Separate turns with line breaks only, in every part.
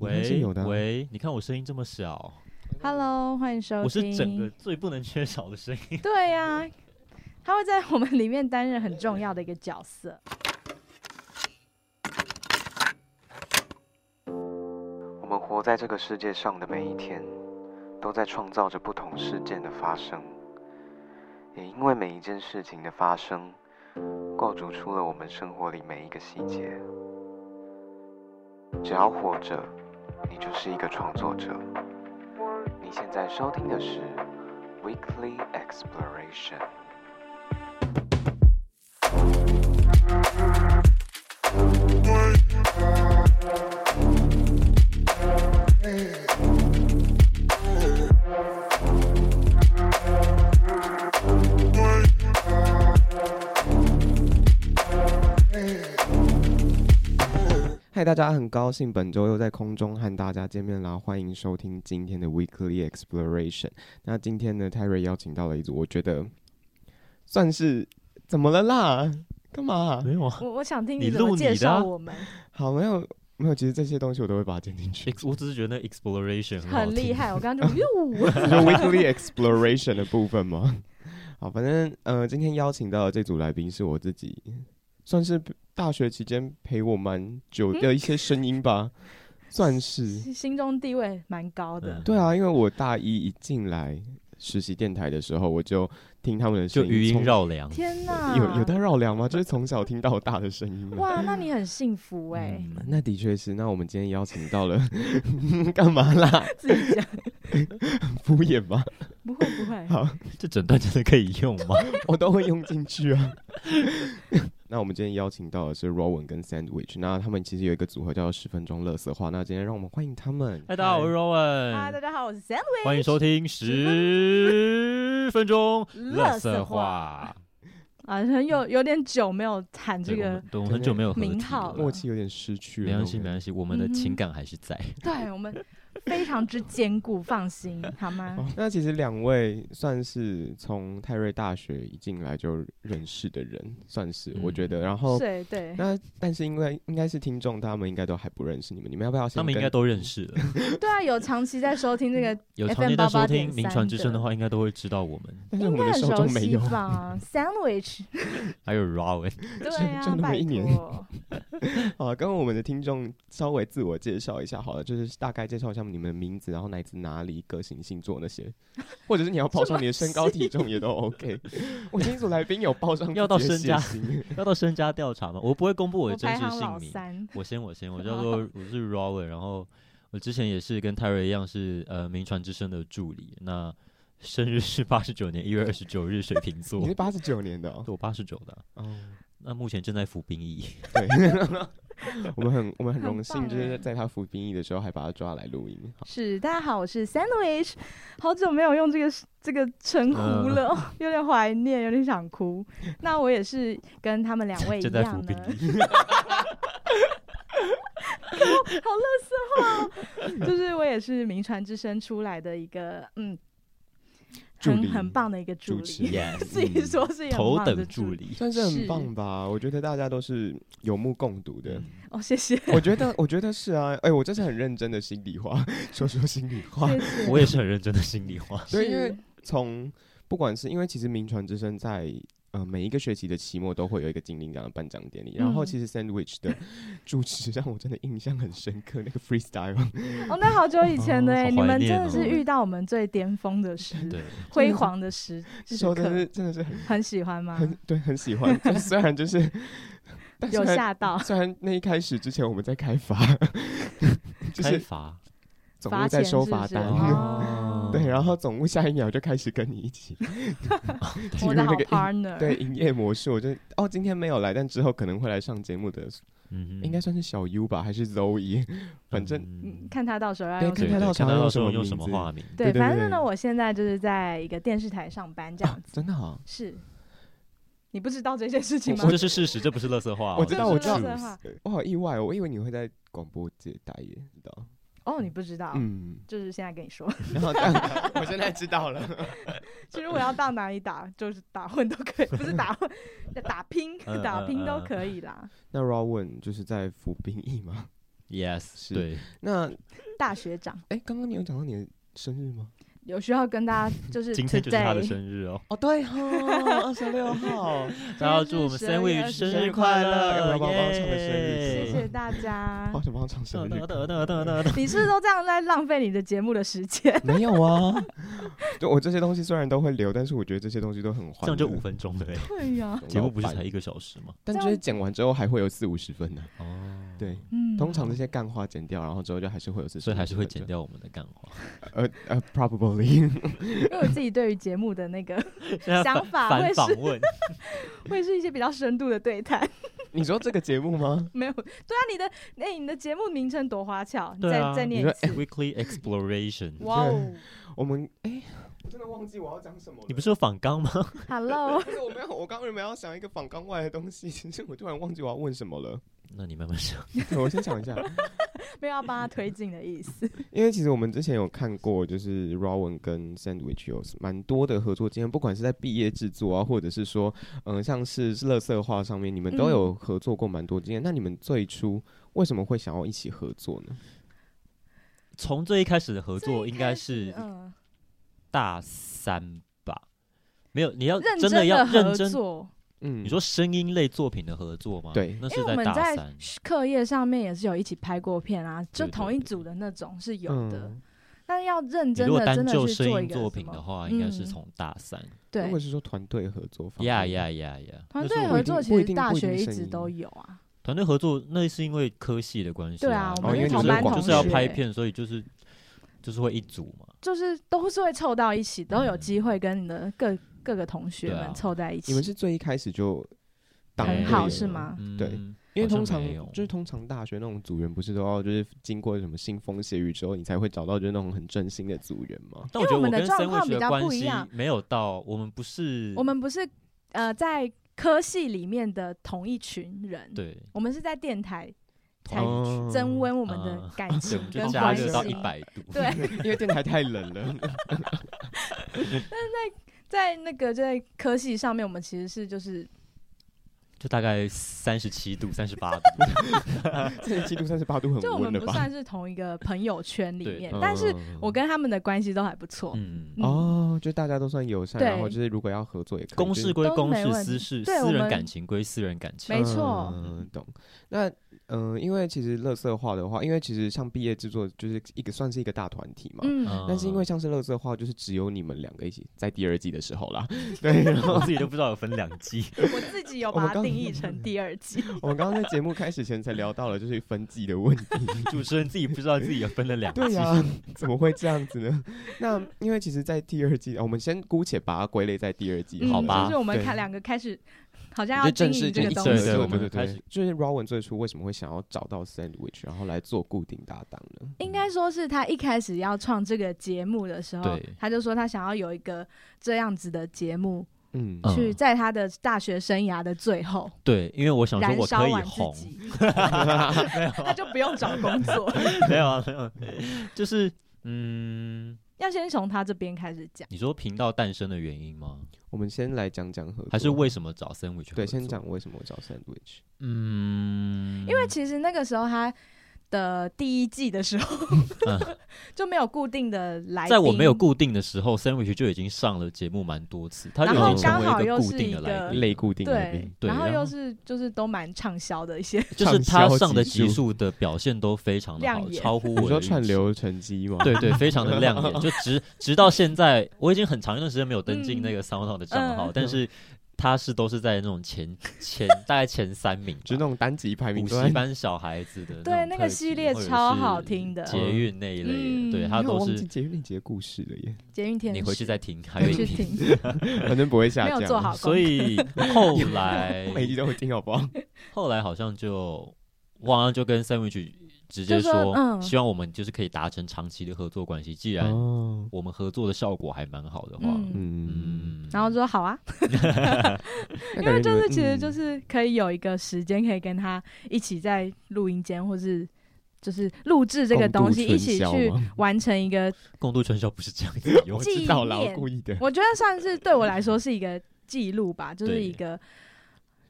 应该是
喂
有的啊
喂，你看我声音这么小，
Hello，欢迎收听。
我是整 个最不能缺少的声音。
对呀、他会在我们里面担任很重要的一个角色。
我们活在这个世界上的每一天，都在创造着不同事件的发生，也因为每一件事情的发生，构筑出了我们生活里每一个细节。只要活着，你就是一个创作者。你现在收听的是 Weekly Exploration。
嗨，大家，很高兴本周又在空中和大家见面啦！欢迎收听今天的 Weekly Exploration。那今天呢，泰瑞邀请到了一组，我觉得算是怎么了啦？干嘛？
没有啊，
我我想听
你
怎么
录
介
你的啊
绍我们，
好，没有没有，其实这些东西我都会把它剪进去。
Ex- 我只是觉得那 exploration 很好
很厉
听。
害。我 刚刚就哟，
你说 Weekly Exploration 的部分吗？好，反正呃，今天邀请到的这组来宾是我自己，算是大学期间陪我蛮久的一些声音吧，算是。
心中地位蛮高的。
嗯
对，啊，因为我大一一进来实习电台的时候，我就听他们的声
就
音，
余音
从
绕梁。
天哪，
有有到绕梁吗？就是从小听到大的声音吗。
哇，那你很幸福哎、
嗯
那的确是。那我们今天邀请到了， 干嘛啦？
自己讲
敷衍吧，
不会不会，
好，
这整段真的可以用 吗？
我都会用进去啊。 那我们今天邀请到的是 Rowan 跟 Sandwich，那他们其实有一个组合叫十分钟乐色话。那今天让我们欢迎他们。
嗨，大家好，我是
啊，
Rowan，
大家好，我是 Sandwich，
欢迎收听十分钟
垃圾
圾
话
话。
啊，很有有点久没有喊这
对我
个
们，对我们很久没有合
名
体
号
了
默契有点失去了
没
那
关
种
系，
感觉，
没关系，我们的
嗯哼
情感还是在。
对我们非常之坚固，放心好吗？
哦那其实两位算是从泰瑞大学一进来就认识的人，算是、我觉
嗯
得。然后
对对，
那但是因为应该是听众，他们应该都还不认识你们，你们要不要先
他们应
跟
该都认识了，
对啊，有长期在收听 这个
有
FM
常年在收听
88.3
《名传之声》的
的
话，应该都会知道我们，
但是我
应
们的
该很
受
熟
众没
悉
有。
吧 ？Sandwich，
还有 Rowan。
对
真
啊，
的
拜
没一年
托，
好，跟我们的听众稍微自我介绍一下好了，就是大概介绍一下你们的名字，然后来自哪里、个性、星座那 些，或者是你要报上你的身高、体重也都 OK。我 今天组来宾有报上
要到
自己的
身家
血 型
要到身家调查吗？我不会公布我的真
排
实
行
姓
老
名。
三，
我先，我先，我叫 做我是 Rowan，然后我之前也是跟泰瑞一样是呃名传之声的助理。那生日是八十九年一月二十九日，水瓶座
你，是八十九年的哦
对我八十九的啊、
哦
那目前正在服兵役，
对，我们很我们很
很
荣幸，
棒
就是
欸
在他服兵役的时候还把他抓来录音。好
是，大家好，我是 Sandwich，好久没有用这个这个称呼
嗯
了， 有点怀念，有点想哭。那我也是跟他们两 位一
正在服
样
兵
呢，
役。
好乐色话哦，就是我也是名传之声出来的一个，嗯，
助
很
理
很棒的一个助
主持
理，
yes，
自己说是一个很
嗯头
棒的
等助 理。
算是很
是
棒吧，我觉得大家都是有目共睹的。
哦，谢谢，
我觉得，我觉得是啊，哎、我这是很认真的心里话， 说说心里话。
谢谢，
我也是很认真的心里话。
对，因为
是
从不管是因为其实名传之声在呃每一个学期的期末都会有一个金铃奖的颁奖典礼，然后
嗯
其实 Sandwich 的主持让我真的印象很深刻，那个 freestyle
哦，那好久以前的
哦
哎、
好
你
怀
们真
念
的
哦
是遇到我们最巅峰的时，
对，
辉煌的 时
那
时
时候真的
刻
是，真的是很
很喜欢吗？
很对很喜欢，就虽然就是。 但
有
虽然
吓到，
虽然那一开始之前我们在开 罚，就
开
是
罚
总
罚
务在
钱
收
是不
罚
是
单，
哦
对，然后总务下一秒就开始跟你一 起进
我
入
的
那
好
个营
partner，
对营业模式。我就哦，今天没有来，但之后可能会来上节目的，
嗯哼，
应该算是小 U 吧，还是 Zoe，反正
嗯
嗯看他到时候要
对
用
看
什
对
他
么
对
到
看
底要
他到
用
时
什
候
么
用
名
什么
字
化名？
对，
对对
反正
对
呢，我现在就是在一个电视台上班这样子。
真的啊，
是，你不知道这件事情吗？
这是事实，这不是乐色话哦。
我知
这
道
是
我知道
垃圾话
我好意外哦，我以为你会在广播界待业，知道？
哦，你不知道，
嗯，
就是现在跟你说，
然后但 我现在知道了，
其实我要到哪里打，就是打混都可以，不是打混，打拼
嗯
打拼
嗯
都
嗯
可以啦。
那 Rowan 就是在服兵役吗？
Yes，
是
对，
那
大学长，
哎，刚刚你有讲到你的生日吗？
有需要跟大家就是
今天就是他的
today
生日 哦，
哦，对哈，二十六号，
大家要祝我们
今天是
Sandwich
12
生
月
日
日
快
快
乐，
乐要不要帮我唱个生日歌
谢谢大家
哦好。想帮他唱
哦
生日歌。
耶
你是不是都这样在浪费你的节目的时间？
没有啊， 就我这些东西虽然都会留，但是我觉得这些东西都很欢乐。
这样就五分钟 了哎，
对呀，
节目不是才一个小时吗？
但就是剪完之后还会有四五十分呢、啊
哦，
对，
嗯，
通常这些干话剪掉，然后之后就还是会有四，
所以还是会剪。掉我们的干 话。
呃呃，probably
因为我自己对于节目的那个
现
啊
在
想
反
法会
反
是
访问，
会是一些比较深度的对谈，
你说这个节目吗？
没有对啊，你的哎、你的节目名称多花俏，你
对
再、
啊
再念
你说
一次，
Weekly Exploration。
哇哦
我们哎、我真的忘记我要讲什么了。
你不是有反 刚吗？
，Hello，
不是我没有，我刚原本要想一个仿纲外的东西，其实我突然忘记我要问什么了。
那你慢慢想。
对我先想一下，
没有要帮他推进的意思，
因为其实我们之前有看过，就是 Rowan 跟 Sandwich 有蛮多的合作经验，不管是在毕业制作啊，或者是说，嗯、像是乐色化上面，你们都
嗯
有合作过蛮多经验。那你们最初为什么会想要一起合作呢？
从最一开始的合作
最
应
一
该
开始
是
嗯，
大三吧？没有，你要
认
的要认
合
真。
作，
嗯，
你说声音类作品的合作吗？
对
那
因
是
为我们
大
在
三。
课业上面也是有一起拍过片啊，就
对对
同一
对
组的那种是有的，
嗯
但要认
你
真
如果
的
单
真的
就
去
声
做一
音
个
作
什
品
么
的话，应该是
嗯
从大三。
如果
对
是说团队合作方面，
呀呀呀呀！那
团
是
队
我
合
们
作，
不
其
一
实
定
大
不一定
学一
声
直
音
都有啊，
团队合作，那是因为科系的关系、
对
啊
啊，
我们哦因为
就
同
是
班
广
同
就是要
学
拍
欸
片，所以就是就是会一组嘛。
就是都是会凑到一起，都有
嗯
机会跟你的各各个同学
对啊
们凑在一起。
你们是最一开始就当
很
队
好
友
是
了
吗
嗯
对因为
好像
通常
没有
就是通常大学那种组员不是都要就是经过什么腥风血雨之后，你才会找到就是那种很真心的组员吗？
但
因为
觉得
我
我
们的
跟
状况
Sandwich
比
的
较
关
不一
系
样
没有到我们不是
我们不是呃在科系里面的同一群人，
对
我们是在电台才
同
哦
增温我们的
啊
感
对，我
情
们
跟
就加
关系。
热到一百度。
对，
因为电台太冷了。
在那个在科系上面，我们其实是就是
就大概三十七度、三十 八度。
这季度三十八度
就
很
我
温了
们不
吧？
算是同一个朋友圈里
对
面
嗯，
但是
嗯
我跟他们的关系都还不错。
嗯，
嗯
哦，就大家都算友善，
对
然后就是如果要合作也可以。
公
就
事
是嗯
归
都
公
没
事，
问
私
题
事
对我
私人
们
感情归私人感情。
没错
嗯，懂。那嗯、呃因为其实乐色化的话，因为其实像毕业制作就是一个算是一个大团体嘛。
嗯，
但是
啊
因为像是乐色化，就是只有你们两个一起在第二季的时候啦。 对，然后
我自己都不知道有分两 季，
我自己有
我们
把它
刚
定义成第二 季。
我们刚刚在节目开始前才聊到了就是分季的问题。
主持人自己不知道自己有分了两季。
对呀、
啊
怎么会这样子呢？ 那因为其实，在第二季，哦我们先姑且把它归类在第二季
嗯
了，
好吧
就是我们
对
看两个开始，好
我
像
觉
要
得
经
正式
营
就
这个
一
东
对
起
西
对。
做
我们
对
开
对
始
就是 Rowan 最初为什么会想要找到 Sandwich，然后来做固定搭档呢？
应该说是他一开始要创这个节目的时候
对，
他就说他想要有一个这样子的节目，
嗯，
嗯
去在他的大学生涯的最后
对，因为我想说
燃
我
烧
可以
完
红
自，己，他就不用找工作。
没有啊，没有，就是嗯，
要先从他这边开始讲，
你说频道诞生的原因吗？
我们先来讲讲合作，
还是为什么找 Sandwich？
对，
合作
先，讲为什么我找 Sandwich。
嗯，
因为其实那个时候他。的第一季的时候、
嗯
就没有固定的来宾，
在我没有固定的时候，Sandwich 就已经上了节目蛮多次，他就
然
已
后
经成
刚
好
为
又
个固
是
定
一
的来
个
宾
类
了，
固定来
对
宾，，
对啊
然后
然
又
后
是就是都蛮畅销的一些，
就是他
畅销
上的
集数
集数的表现都非常的
亮
好，
眼
超乎我的
你说
预期
串。流成绩 吗？
对对，非常的 亮眼，就直直到现在，我已经很长一段时间没有登进那个 SoundOn 的账号，
嗯
但是他是都是在那种前前大概前三名吧，
就是那种单集排名
补
都在
习班小孩子的
对
那
那
种
个
特辑
系列
或者是
超好听的
捷运那一类的，
嗯
对
因
他
因为我
都
忘记
是
节那节故事了耶，
捷运天使，
你回去再听，还有
回去
一集
听，
反正不会下
没有
架，
做好 功
所
课
以后来
每一集都会听好不好？
后来好像就我好像就跟 Sandwich 直接
就说嗯
希望我们就是可以达成长期的合作关系，既然
哦，
我们合作的效果还蛮好的话，
嗯，
嗯，
嗯，
然后说好啊，
因
因为就是其
嗯
实
嗯
就是可以有一个时间可以跟他一起在录音间，或是就是录制这个东西，一起去 完成一个。
共度春宵不是这样子的用
记
知
忆
道啦，我
面
故意的。
我觉得算是对我来说是一个记录吧，就是一个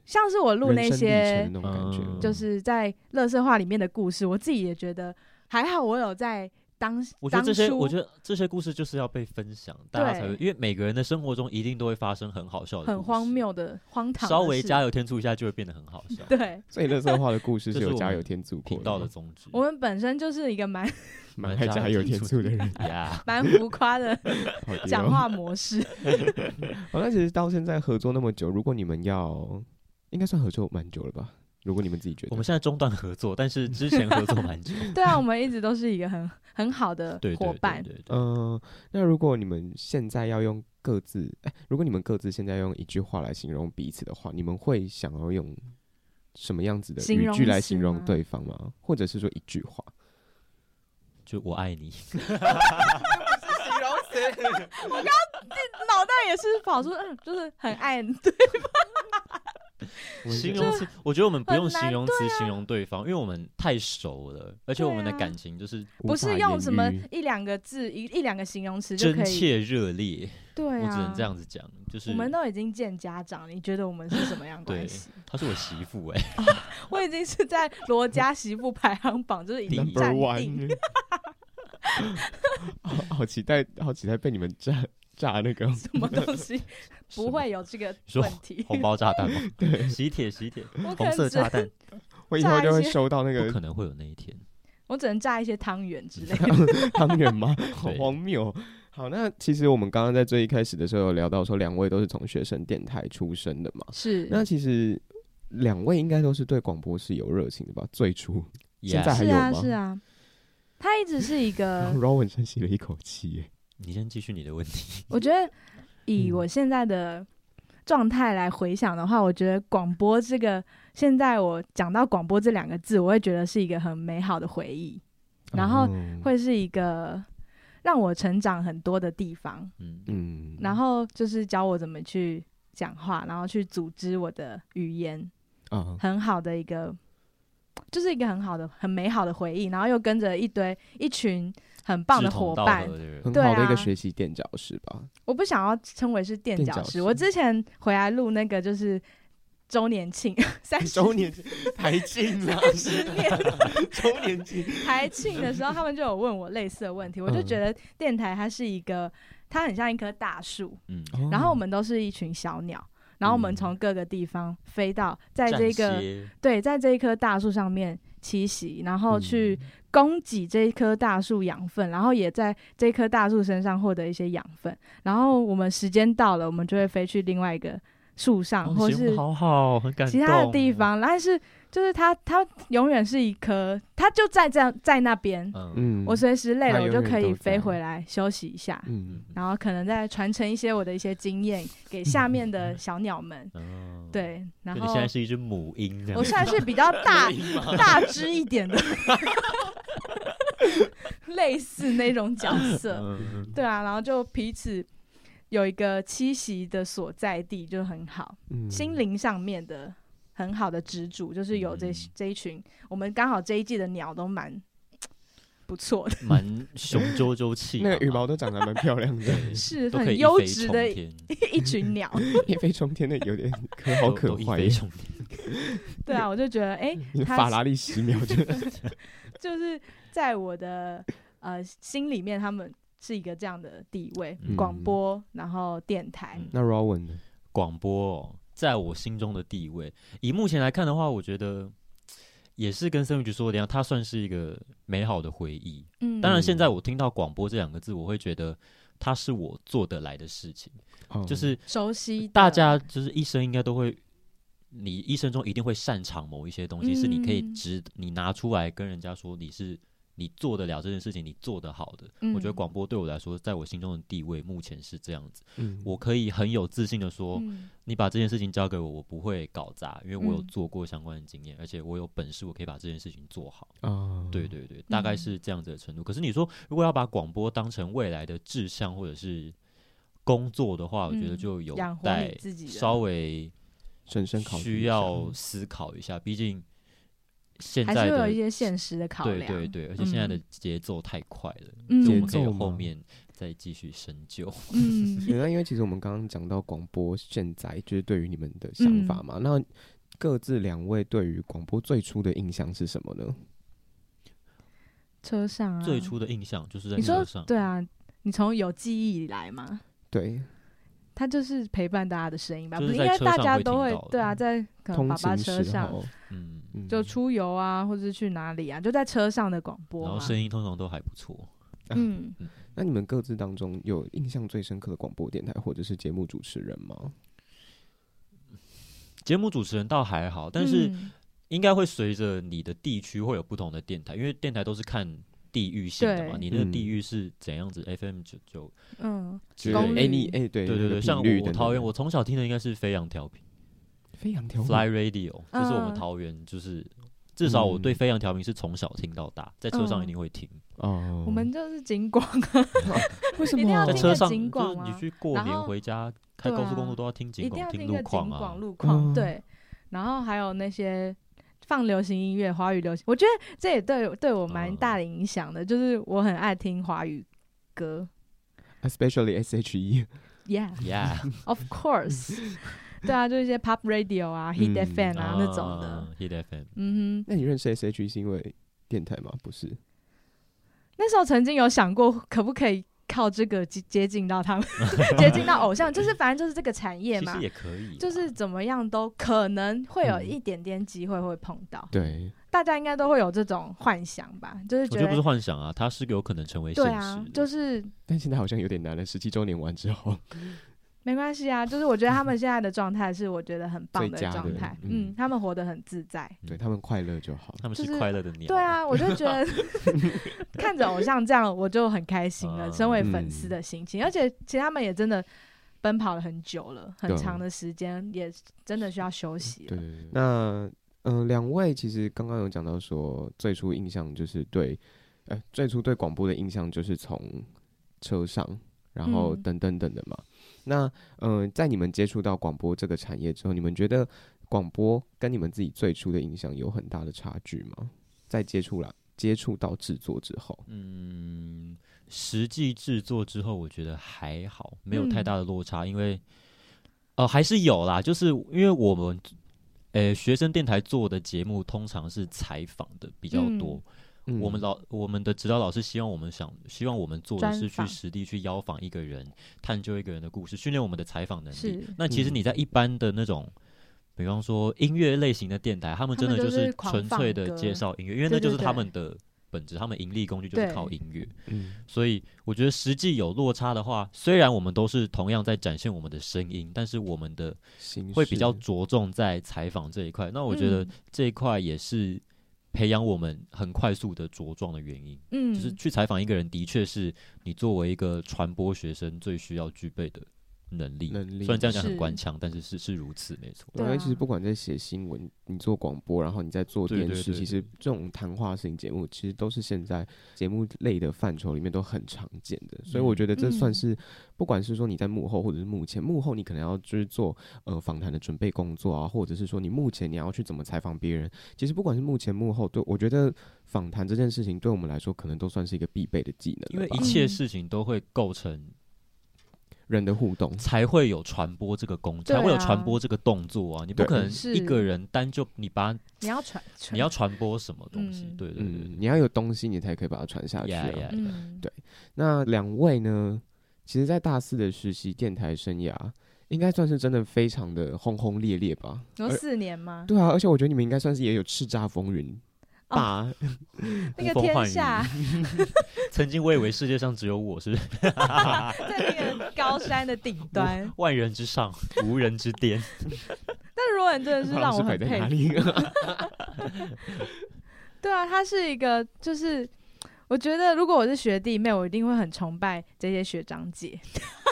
像是我录
人
那
生历程
些
的那种感觉，
嗯
就是在乐色话里面的故事，我自己也觉得还好，我有在当
我觉
当
得这些，
初，
我觉得这些故事就是要被分享，大家才会，因为每个人的生活中一定都会发生很好笑的、
很荒，谬的荒唐的事，
稍微加油嗯添醋一下就会变得很好笑。
对。
所以乐色化的故事是
这是
有
我
加
们
油添醋过
频道的宗旨，
我们本身就是一个蛮。
蛮爱加油添醋的人，
呀
蛮浮 夸的
好丢
讲话模式，
好，那其实到现在合作那么久，如果你们要，应该算合作蛮久了吧？如果你们自己觉得，
我们现在中断合作，但是之前合作蛮久，
对啊，我们一直都是一个很很好的
对对
伙
对
伴，
对对，
嗯、那如果你们现在要用各自，哎、如果你们各自现在用一句话来形容彼此的话，你们会想要用什么样子的
形
语
容
句来
词
形容
吗
对方吗？或者是说一句话？
就我爱你，
脑袋也是跑出，嗯，就是很爱，对，
我
形
觉得
容词，我觉得我们不用
很难
形容词形容对方，因为我们太熟了，而且我们的感情就是
无
不
法
是用
言
什么
喻
一两个字、一一两个形容词就
真
可以，
切热烈，
啊对啊，
我只能这样子讲，就是
我们都已经见家长，你觉得我们是什么样
对
关系？
她是我媳妇哎，
我已经是在罗家媳妇排行榜就是已经
number
站定，
one，好好期待，好期待被你们炸炸那个哦。
什么 东西
什
不
么
会有这个
说
问题。
红包炸弹吗？对，喜帖喜帖，
我可
红色
能只
炸弹，
我以后
炸
就
一
会
些
收到那
不
个
可能会有那一天。
我只能炸一些汤圆之类的。
汤圆 吗？好
对
荒谬哦。好，那其实我们刚刚在最一开始的时候有聊到说，两位都是从学生电台出身的嘛。
是，
那其实两位应该都是对广播是有热情的吧？最初、现
Yes
在还
是
有
啊，
吗？
是啊。他一直是一 个，
Rowan 深吸了一口气耶，
你先继续你的问题。
我觉得以
嗯
我现在的状态来回想的话，我觉得广播这个，现在我讲到广播这两个字，我会觉得是一个很美好的回忆， 然后
嗯
哦
会是一个让我成长很多的地方。
嗯，
嗯，
然后就是教我怎么去讲话，然后去组织我的语言，
啊，
很好的一个，就是一个很好的、很美好的回忆。然后又跟着一堆一群很棒的
志同
伙
道
伴
合，的人
很
对
好的一个
啊
学习垫脚石吧。
我不想要称为是垫
垫
脚
脚
石。
石
我之前回来录那个就是周年庆 三十
周年台庆 啦，
十年
周年庆，
台庆的时候，他们就有问我类似的问题，我就
嗯
觉得电台它是一个，它很像一棵大树，
嗯，
哦
然后我们都是一群小鸟。然后我们
嗯
从各个地方飞到，在
站
这个
歇
对，在这一棵大树上面栖息，然
哦
后去供给这一棵大树养分，然后也在这棵大树身上获得一些养分。然后我们时间到了，我们就会飞去另外一个树上，
哦
或
行
是
好好，很感动。
其他的地，方。但是就是它，它永远是一棵，它就在这样在那边。
嗯，
嗯，
我随时累
它
了，我
永
就
远
可以
都在
飞回来休息一下。
嗯，
然后可能再传承一些我的一些经验给下面的小鸟们，
哦，
对，然
就
后
你现在是一只母鹰这样
我
子，
算是比较大大只一点的，类似那种角色。
嗯，
对啊，然后就彼此有一个栖息的所在地，就很好，
嗯
心灵上面的很好的支柱，就是有这、
嗯
这一群，我们刚好这一季的鸟都蛮不错的，
蛮雄赳赳气昂
那
昂，
个羽毛都长得还蛮漂亮的，
是
都可
很
以一
优
飞
质
冲
的一
天，
一群鸟。
一飞冲天的有点可好
都
可
都一
坏
飞
耶，
冲天。
对啊，我就觉得哎、
你
它
法拉利十秒就
就是在我的呃心里面，他们是一个这样的地位
嗯，
广、播，然后电台，
嗯
那 Rowan 呢？
广播、哦、在我心中的地位，以目前来看的话，我觉得也是跟森宇局说的一样，它算是一个美好的回忆。
嗯，
当然，现在我听到广播这两个字，我会觉得它是我做得来的事情，
哦
就是
熟悉嗯的
大家就是一生应该都会，你一生中一定会擅长某一些东西，是你可以
嗯
值你拿出来跟人家说你是你做得了这件事情，你做得好的。
嗯
我觉得广播对我来说，在我心中的地位目前是这样子，
嗯
我可以很有自信的说，
嗯
你把这件事情交给我，我不会搞砸，因为我有
嗯
做过相关的经验，而且我有本事，我可以把这件事情做好。
啊，
对
嗯
对对，大概是这样子的程度。可是你说，如果要把广播当成未来的志向或者是工作的话，我觉得
嗯
就有
养活
待
你自己的
稍微
深深考虑一
需
下嗯
要思考一下，毕竟现
还
在
是会有
的
一些现实的考
对
量，
对对，而且现在的
嗯
节奏太快了，
嗯
就我们可以
节奏吗
后面再继续深究。
嗯，嗯
对那因为其实我们刚刚讲到广播现在就是对于你们的想法嘛，那各自两位对于广播最初的印象是什么呢？
车上啊，
最初的印象就是在
你
车
说
上，
对啊，你从有记忆以来嘛，
对，
它就是陪伴大家的声音吧，
就
不
是
是应
在
该
车
大
上
家
会
都
听
会
到的
对啊，在可能
通
爸爸
勤
车
时
上
候，
嗯，
嗯
就出游啊，或者是去哪里啊，就在车上的广播、
然
啊，
后声音通常都还不错。
嗯，
那你们各自当中有印象最深刻的广播电台或者是节目主持人吗？
节目主持人倒还好，但是
嗯
应该会随着你的地区会有不同的电台，因为电台都是看地域性的嘛。
对
你那个
嗯
地域是怎样子？FM 九九，
嗯，
就是
功率
any 哎，对
对对
那
对，
个
像
频率
我我
等
桃园，
等
我从小听的应该是飞扬调频
飞扬条
Fly Radio，这是我们
嗯
桃园，就是至少我对
嗯
飞扬调频是从小听到大，在车上一
嗯
定会听，
哦，
我们就是景广，啊
为什
一定要
在
听
哦车
个
上就
警广
是你
啊
去过
然
年
后
回家开
对
高速公路
啊
都要听
一
景
定要
广
听
听
个
路
景
况
广
啊，
路况，
嗯
对，然后还有那些。放流行音乐、华语流行，我觉得这也对对我蛮
嗯
大的影响的，就是我很爱听华语歌
especially E SHE
，Yeah，
，Yeah，
Of course，对啊，就一些 Pop Radio 啊、Hit
嗯
FM 啊那种的。
，Hit FM，
嗯哼，
那你认识 SHE 是因为电台吗？不是，
那时候曾经有想过，可不可以靠这个接接近到他们， 接近到偶像，就是反正就是这个产 业
其
嘛
实，也可以啦，啊
就是怎么样都可能会有
嗯
一点点机会会碰到。
对，
大家应该都会有这种幻想吧，就是
我
觉
觉得不是
得。
幻想啊，它是有可能成为现
对
实
啊
的，
就是
但现在好像有点难了。十七周年完之后，
没关系啊， 就是我觉得他们现在的状态是我觉得很棒
最佳的
状态，
嗯
嗯，他们活得很自在，
对他们快乐就好。
他们
就是是
快乐的鸟。
对，啊，我就 觉得看着偶像这样，我就很开心了。
嗯
身为粉丝的心情，而且其实他们也真的奔跑了很久了，很
对
长的时间，也真的需要休息
对
了。
对对。那嗯，两、位其实刚刚有讲到说，最初印象就是对，呃，最初对广播的印象就是从车上，然后
嗯
等等等的嘛。那嗯、呃在你们接触到广播这个产业之后，你们觉得广播跟你们自己最初的印象有很大的差距吗？在接触了接触到制作之后，
嗯，实际制作之后，我觉得还好，没有太
嗯
大的落差，因为呃还是有啦，就是因为我们呃学生电台做的节目通常是采访的比较多，
嗯
我们老我们的指导老师希望我们想希望我们做的
专
是去
访
实地去邀访一个人，探究一个人的故事，训练我们的采访能力
是。
那其实
嗯
你在一般的那种。比方说音乐类型的电台，他们
他
真的
们
就
就是狂
纯粹
放
的
歌
介绍音乐，因为
对
那就
对
是他
对
们的本质，他们盈利工具就是
对
靠音乐。
嗯
所以我觉得实际有落差的话，虽然我们都是同样在展现我们的声音，但是我们的
嗯形
会比较
式
着重在采访这一块。那我觉得
嗯
这一块也是培养我们很快速的茁壮的原因，
嗯，
就是去采访一个人，的确是你作为一个传播学生最需要具备的能力。
能力，
虽然这样讲很
是
官腔，但是是是如此，没错。
对啊，
对
其实
啊
不管在写新闻，你做广播，然后你在做
对
电
对
视，
对
其实这种谈话型节目，其实都是现在节目类的范畴里面都很常见的。所以我
嗯
觉得这算
嗯
是，不管是说你在幕后或者是幕前，幕后你可能要就是做呃访谈的准备工作啊，或者是说你幕前你要去怎么采访别人，其实不管是幕前幕后，对我觉得访谈这件事情对我们来说，可能都算是一个必备的技能了
因为
吧，
一切
嗯
事情都会构成
人的互动，嗯
才会有传播这个工，
对
才会有
啊
传播这个动作啊！你不
对
可能
是
一个人单就你把
你要传，传
你要传播什么东西？
嗯
对对对
嗯，你要有东西，你才可以把它传下去、啊。
呀呀
嗯，
对那两位呢？其实，在大四的实习电台生涯，应该算是真的非常的轰轰烈烈吧？
有
而
四年吗？
对啊，而且我觉得你们应该算是也有叱咤风云
哦
吧？
那个
呼风
天
唤雨
下，
曾经我以为世界上只有我是。
在那个高山的顶端
万人之上，无人之巅。
但如果你真的
不 知
是
道
让
老
我
师
很
摆
佩
在
服
哪，里？
对啊，他是一个，就是我觉得如果我是学弟妹，我一定会很崇拜这些学长 姐。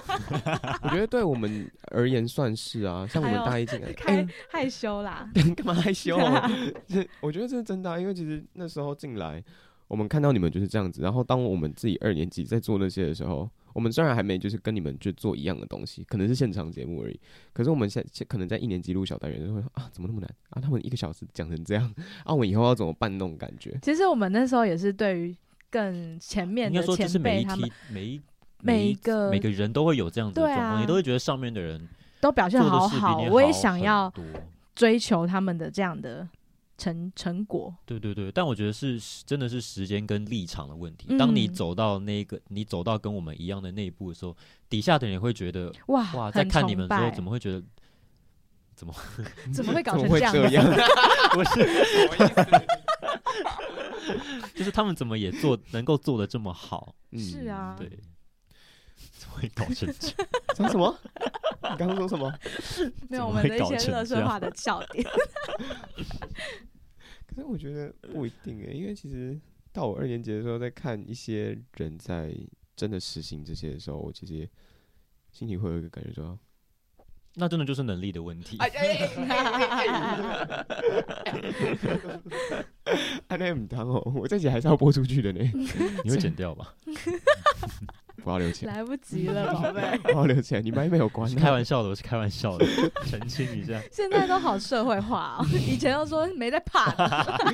我觉得对我们而言算是啊，像我们
哎呦
大一进来，哎
开、害羞 啦，
干嘛害羞、 这我觉得这是真的啊、因为其实那时候进来，我们看到你们就是这样子。然后当我们自己二年级在做那些的时候，我们虽然还没就是跟你们去做一样的东西，可能是现场节目而已，可是我们现现可能在一年级录小单元就会说啊，怎么那么难啊？他们一个小时讲成这样，啊，我们以后要怎么办那种感觉？
其实我们那时候也是对于更前面
应
的
该说，这是
前
每
辈
一
他们
梯每一
每一
个
个
每个人都会有这样子的
对
状况，
啊
你都会觉得上面的人
都表现
做的
好
事比你
好，我也
好
想
很
要
多
追求他们的这样的成成果。
对对对，但我觉得是是真的是时间跟立场的问题。当你
嗯
走到那个，你走到跟我们一样的那一步的时候，底下的人也会觉得，
哇，
哇，
很
在看你
崇
们的时候，
拜
怎么会觉 得
怎么 会搞
怎么
成
会
这样？
这样？
不是？ 就是他们怎么也做能够做的这么好？
嗯
是啊，
对，怎么会搞成这 样？
讲 什么？你刚刚说什么？
没有
怎么
我们
会
的一
搞
些
成
乐
这
色
样
化的笑点。
可是我觉得不一定欸诶，因为其实到我二年级的时候，在看一些人在真的实行这些的时候，我其实也心里会有一个感觉说，
那真的就是能力的问题。
啊，那很当哦，我这集还是要播出去的 呢，
你会剪掉吧？
不要留起来，
来不及了，宝贝。
不要留起来，你麦没有关
我是
啊，
开玩笑的，我是开玩笑的，澄清一下。
现在都好社会化哦， 以前都说没在怕的。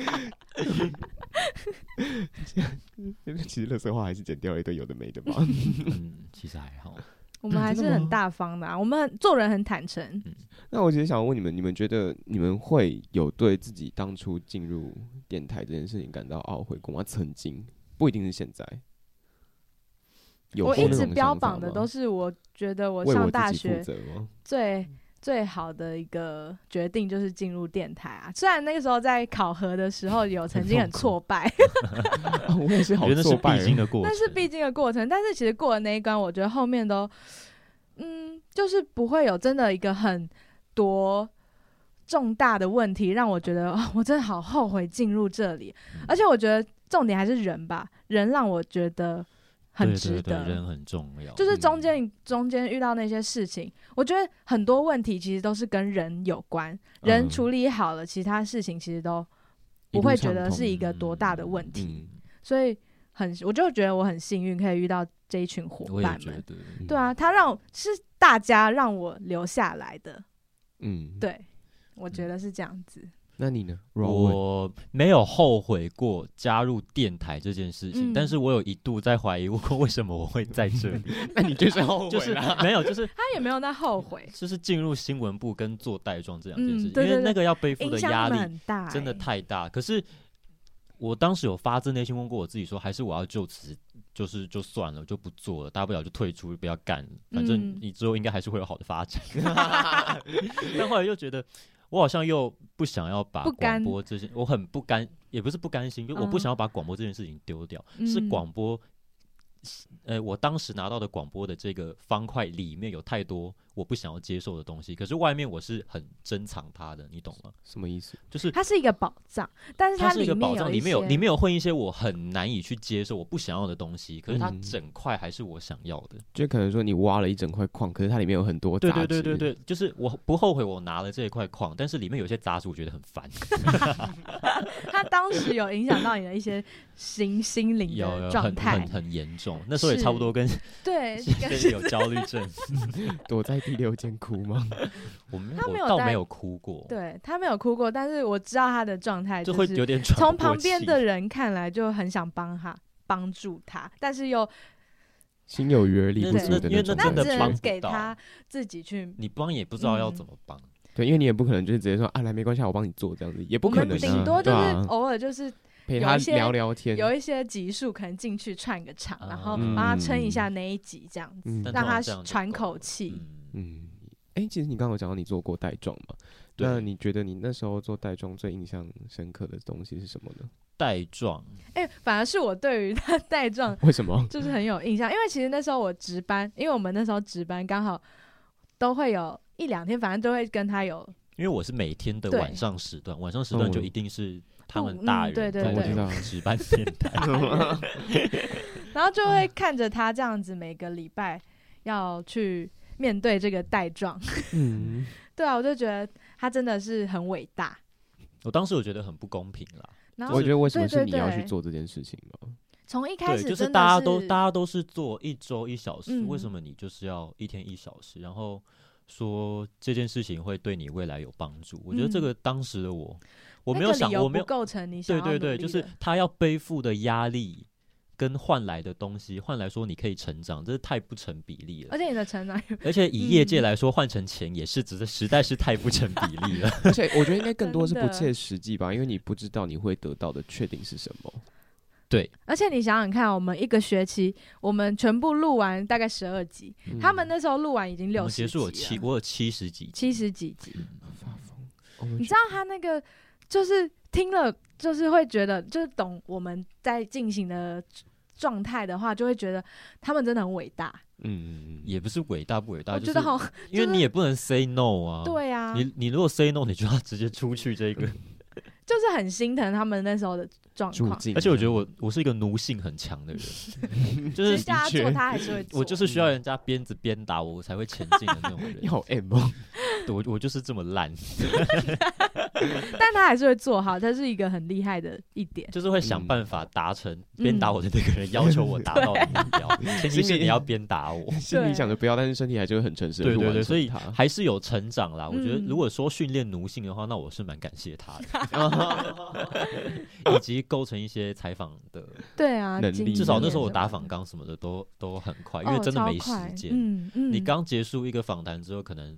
其实乐色话还是剪掉了一堆有的没的嘛。
嗯，其实还好。
我们还
真
是
的吗
很大方的、啊，我们很做人很坦诚。
那我其实想问你们，你们觉得你们会有对自己当初进入电台这件事情感到懊悔过吗？曾经不一定是现在，有
我
过
一
那
直
种
标
想法
榜的
吗
都是我觉得我
为
上
我
大
自己
学
负责吗？
最最好的一个决定就是进入电台啊。虽然那个时候在考核的时候有曾经很挫败，
啊 我也是好
我觉得那是
挫败
必经
的。
的过程。
那是必经的过程。但是其实过了那一关，我觉得后面都，嗯，就是不会有真的一个很多重大的问题让我觉得啊、我真的好后悔进入这里。
嗯
而且我觉得重点还是人吧，人让我觉得很
对
值
对
得。
对，人很重要。
就是
嗯
中间中间遇到那些事情，我觉得很多问题其实都是跟人有关，人
嗯
处理好了，其他事情其实都
一
不
路
会
畅
觉得是一个多大的
通
问题，
嗯，
所以很我就觉得我很幸运可以遇到这一群伙
我也
伴
觉
们。
得，嗯
嗯
对啊，他让是大家让我留下来的，
嗯，。
对，我觉得是这样
嗯
子。
那你呢？Rowan？
我没有后悔过加入电台这件事情，
嗯
但是我有一度在怀疑过为什么我会在这里，
那你就是
啊
后
就是没有，就是
他也没有那后悔，
就是进入新闻部跟做带状这两件事情，
嗯对
因为
对对
那个要背负
影
的
响
压力
很大欸、
真的太大。可是我当时有发自内心问过我自己说，还是我要就此就是就算了，就不做了，大不了就退出，不要干了，反正
嗯
你之后应该还是会有好的发 展。 但后来又觉得。我好像又不想要把
不
广
甘
播这些，我很不甘，也不是不甘心，就我不
嗯
想要把广播这件事情丢掉，是
嗯
广播，呃，我当时拿到的广播的这个方块里面有太多我不想要接受的东西，可是外面我是很珍藏它的，你懂吗？
什么意思？
就是
它是一个宝藏，但是
它是
里
一个
面
宝藏，里面有
一些
里面有混一些我很难以去接受、我不想要的东西，可是它
嗯
整块还是我想要的。
就可能说你挖了一整块矿，可是它里面有很多
对
杂
对
质。
对对对，就是我不后悔我拿了这一块矿，但是里面有些杂质我觉得很烦。
他当时有影响到你的一些心心灵
有
的
有
状
很
态
很，很严重，那时候也差不多跟
对，
跟有焦虑症，
躲在第六间哭吗？
我没
他没有
我倒
带
没有哭过，
对他没有哭过，但是我知道他的状态
就是会有点喘
从
不过
旁边
气
的人看来就很想帮他帮助他，但是又
心有余而力不
那
足的
因为
种
那
感
真的
只
觉
帮
能
不。
给
到
他自己去。
你帮也不知道要
嗯
怎么帮，
对，因为你也不可能就是直接说啊，来没关系啊，我帮你做这样子，也不
我
可
们
能啊。
顶多就
对
是
啊
偶尔就是
陪
有
他
一些
聊聊天。
有一些集数可能进去串个场，然后
嗯
帮他撑一下那一集这样子，
嗯
但
让
通常
他
这样就
喘
够
口
了
气。
嗯，
嗯，哎、其实你刚刚有讲到你做过带状嘛？
对
那你觉得你那时候做带状最印象深刻的东西是什么呢？
带状，
哎，反而是我对于他 带状
为什么？
就是很有印象，因为其实那时候我值班，因为我们那时候值班刚好都会有一两天，反正都会跟他有
因为我是每天的
对
晚上时段，晚上时段就
嗯
一定是他
不
们大
嗯
人
对对
在
对
那
我
种值班电台，
然后就
嗯
会看着他这样子，每个礼拜要去面对这个带状。
嗯，
对啊，我就觉得他真的是很伟大。
我当时我觉得很不公平啦，
然
我
后
觉得为什么
对对
是你要去
对
做这件事情 嘛？
从一开
对，
始
就
真的
大家都大家都是做一周一小时，为
嗯
什么你就是要一天一小时？然后说这件事情会对你未来有帮助，我觉得这
嗯
个当时的我，我
那
没有
个理
想，
由
我没
不
有。
构成你想
对
要
对对，
努力
就是
的
他要背负的压力跟换来的东西换来说你可以成长，这是太不成比例 了
而。且你的成长也
而且以业界
嗯
来说，换成钱也是，只是实在是太不成比例了。
而且我觉得应该更多是
真
不
的
切实际吧，因为你不知道你会得到的确定是什么。
对，
而且你想想看，我们一个学期，我们全部录完大概十二集，他们那时候录完已经
嗯我
六
们
十啊
结
集
束有七，
了，
我有七十几集，
七十几集。
我们
你
去
知道他那个就是听了，就是会觉得，就是懂我们在进行的状态的话，就会觉得他们真的很伟大。
嗯，
也不是伟大不伟大，
我
啊就
觉
是
得好，
因为
就是
你也不能 say no 啊。
对啊，
你你如果 say no，你就要直接出去这
嗯
个。
就是很心疼他们那时候的状
住
况。
进，
而且我觉得我我是一个奴性很强 的人，就是
其实叫他做，他还是会 做。
我就是
嗯
需要人家鞭子鞭打我，我才会前进的那种人。
你好 M 哦，
我我就是这么烂，
但他还是会做好，这是一个很厉害的一点。
就是会想
嗯
办法达成
嗯
鞭打我的那个人要求我达到的目 标，前提是你要鞭打我。
心里想着不要，但是身体还是会很诚实的
对
去
对
完
对，所
成
以
它。
还是有成长啦。我觉得
嗯
如果说训练奴性的话，那我是蛮感谢他 的，以及构成一些采访
嗯
的，
对啊，
能
经
力
验
至少那时候我
什么
打
的
访纲什么的都都很快，因
哦
为真的
超
没时
快
间。
嗯嗯，
你刚结束一个访谈之后，可能